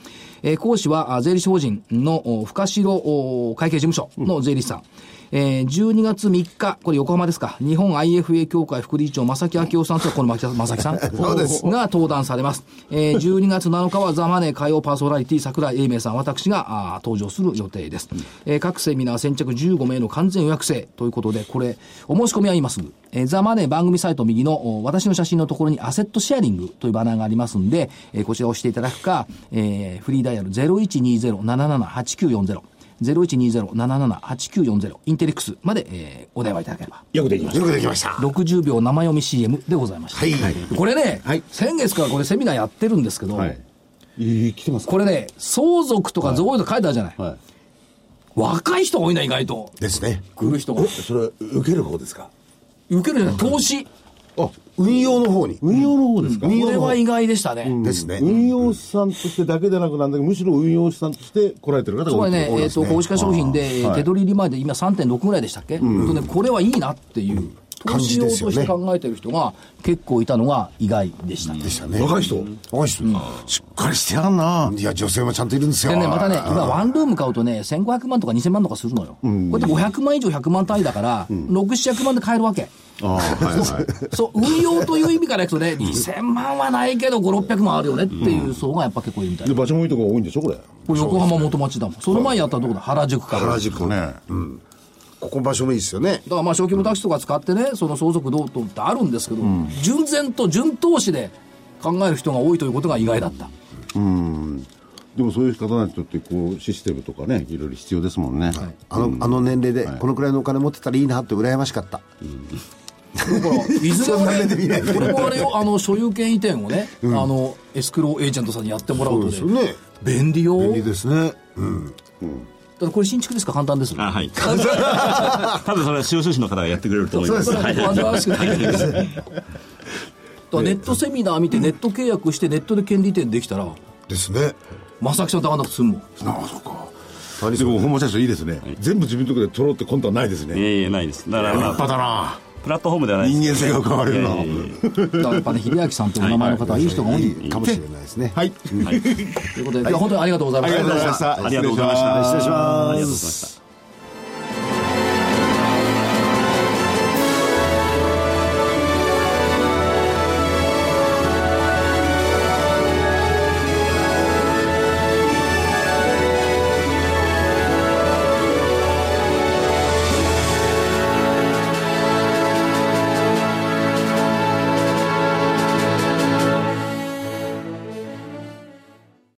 Speaker 1: えー講師はあ税理士法人のお深城お会計事務所の税理士さん。えー12月3日、これ横浜ですか、日本 IFA 協会副理事長、正木昭夫さんとこの正木正木さん
Speaker 3: そうです
Speaker 1: が登壇されます。えー12月7日はザ・マネー火曜パーソナリティ桜井英明さん、私があー登場する予定です。えー各セミナー先着15名の完全予約制ということで、これ、お申し込みは今すぐ。えーザ・マネー番組サイト右のお私の写真のところにアセットシェアリングというバナーがありますんで、えーこちらを押していただくか、えーフリーダイヤル0120-778940。0120-778940インテリックスまで、えーお電話いただければ
Speaker 4: よくできま
Speaker 3: よくできました。
Speaker 1: 60秒生読み CM でございました、
Speaker 3: はい。
Speaker 1: これね、
Speaker 4: はい
Speaker 1: 先月からこれセミナーやってるんですけど、
Speaker 4: はい、いい来てます
Speaker 1: これね、相続とか贈与とか書いてあるじゃない。
Speaker 4: はい
Speaker 1: 若い人が多いな、意外と。
Speaker 3: ですね。
Speaker 1: 来る人が。
Speaker 4: それ受ける方ですか
Speaker 1: 受けるじゃない、投資。
Speaker 3: あ、運用の方に。
Speaker 4: 運用の方ですか、
Speaker 1: これは意外でしたね。
Speaker 3: ですね。
Speaker 4: 運用資産としてだけでなくなんだけどむしろ運用資産として来られてる方が
Speaker 1: こ
Speaker 4: 多
Speaker 1: れ
Speaker 4: い
Speaker 1: ね、えっ、と、投資家商品で、手取り利回りで今3.6ぐらいでしたっけ、とね、これはいいなっていう、投
Speaker 3: 感
Speaker 1: 資
Speaker 3: じ
Speaker 1: 用
Speaker 3: で
Speaker 1: と
Speaker 3: すよね
Speaker 1: して考えてる人が結構いたのが意外でしたね。
Speaker 3: でしたね。
Speaker 4: 若い人
Speaker 3: 若い人。
Speaker 5: しっかりしてやんない
Speaker 3: や、女性もちゃんといるんですよ。
Speaker 1: でね、またね、今ワンルーム買うとね、1500万とか2000万とかするのよ。これって500万以上100万単位だから、6、700万で買えるわけ。
Speaker 4: ああはいはい
Speaker 1: そう、運用という意味からいくとね、2000万はないけど、5、600万あるよねっていう層がやっぱ結構いるみたい
Speaker 4: で
Speaker 1: な。
Speaker 4: 場所もいいとこが多いんでしょこれ
Speaker 1: これ横浜元町だもん。その前にあったとこだ、原宿から。
Speaker 3: 原
Speaker 1: だ
Speaker 3: 宿
Speaker 5: と
Speaker 3: ね。
Speaker 5: ね、
Speaker 3: ここ場所もいいですよね。
Speaker 1: からまあ、小規模タクシーとか使ってね、その相続どうとってあるんですけど、純然と純投資で考える人が多いということが意外だ った。
Speaker 4: でもそういう方たちにとってこうシステムとかねいろいろ必要ですもんね、
Speaker 3: あの、あの年齢で、このくらいのお金持ってたらいいなって羨ましかった。
Speaker 1: だから、いずれ
Speaker 3: そんな目で見ない
Speaker 1: ね、これもあれよ、あの、所有権移転をね、あの、エスクローエージェントさんにやってもらうとね、
Speaker 3: そうですよね
Speaker 1: 便利よ。
Speaker 3: 便利ですね。
Speaker 1: ただこれ新築ですか簡単です。
Speaker 6: あはい。多分それは塩州市の方がやってくれると思います。
Speaker 1: そうですね
Speaker 6: はい
Speaker 1: 煩わしくないです
Speaker 6: はい
Speaker 1: だからネットセミナー見て、ネット契約して、ネットで権利店できたら、
Speaker 3: ですね。
Speaker 1: 正木さんとあんなことすんもん。
Speaker 4: ああそうかでも本間社長いいですね、全部自分のところで取ろうって今度はないです
Speaker 6: い
Speaker 4: ね
Speaker 6: えいえ、ないです。だから、まあ
Speaker 4: だな
Speaker 6: プラットフォームではないです。
Speaker 4: 人間性が変わるな
Speaker 6: ええ
Speaker 1: だからやっ ぱね、秀明さんというお名前の方はいい人が多い。
Speaker 3: かもしれないですね。
Speaker 4: はい
Speaker 1: ということで、今日は本当にありがとうございま
Speaker 4: あ
Speaker 1: し
Speaker 4: りがとう
Speaker 1: た
Speaker 4: ござい。ました
Speaker 6: ありがとうございました
Speaker 4: 失礼します
Speaker 6: ありがとうございました。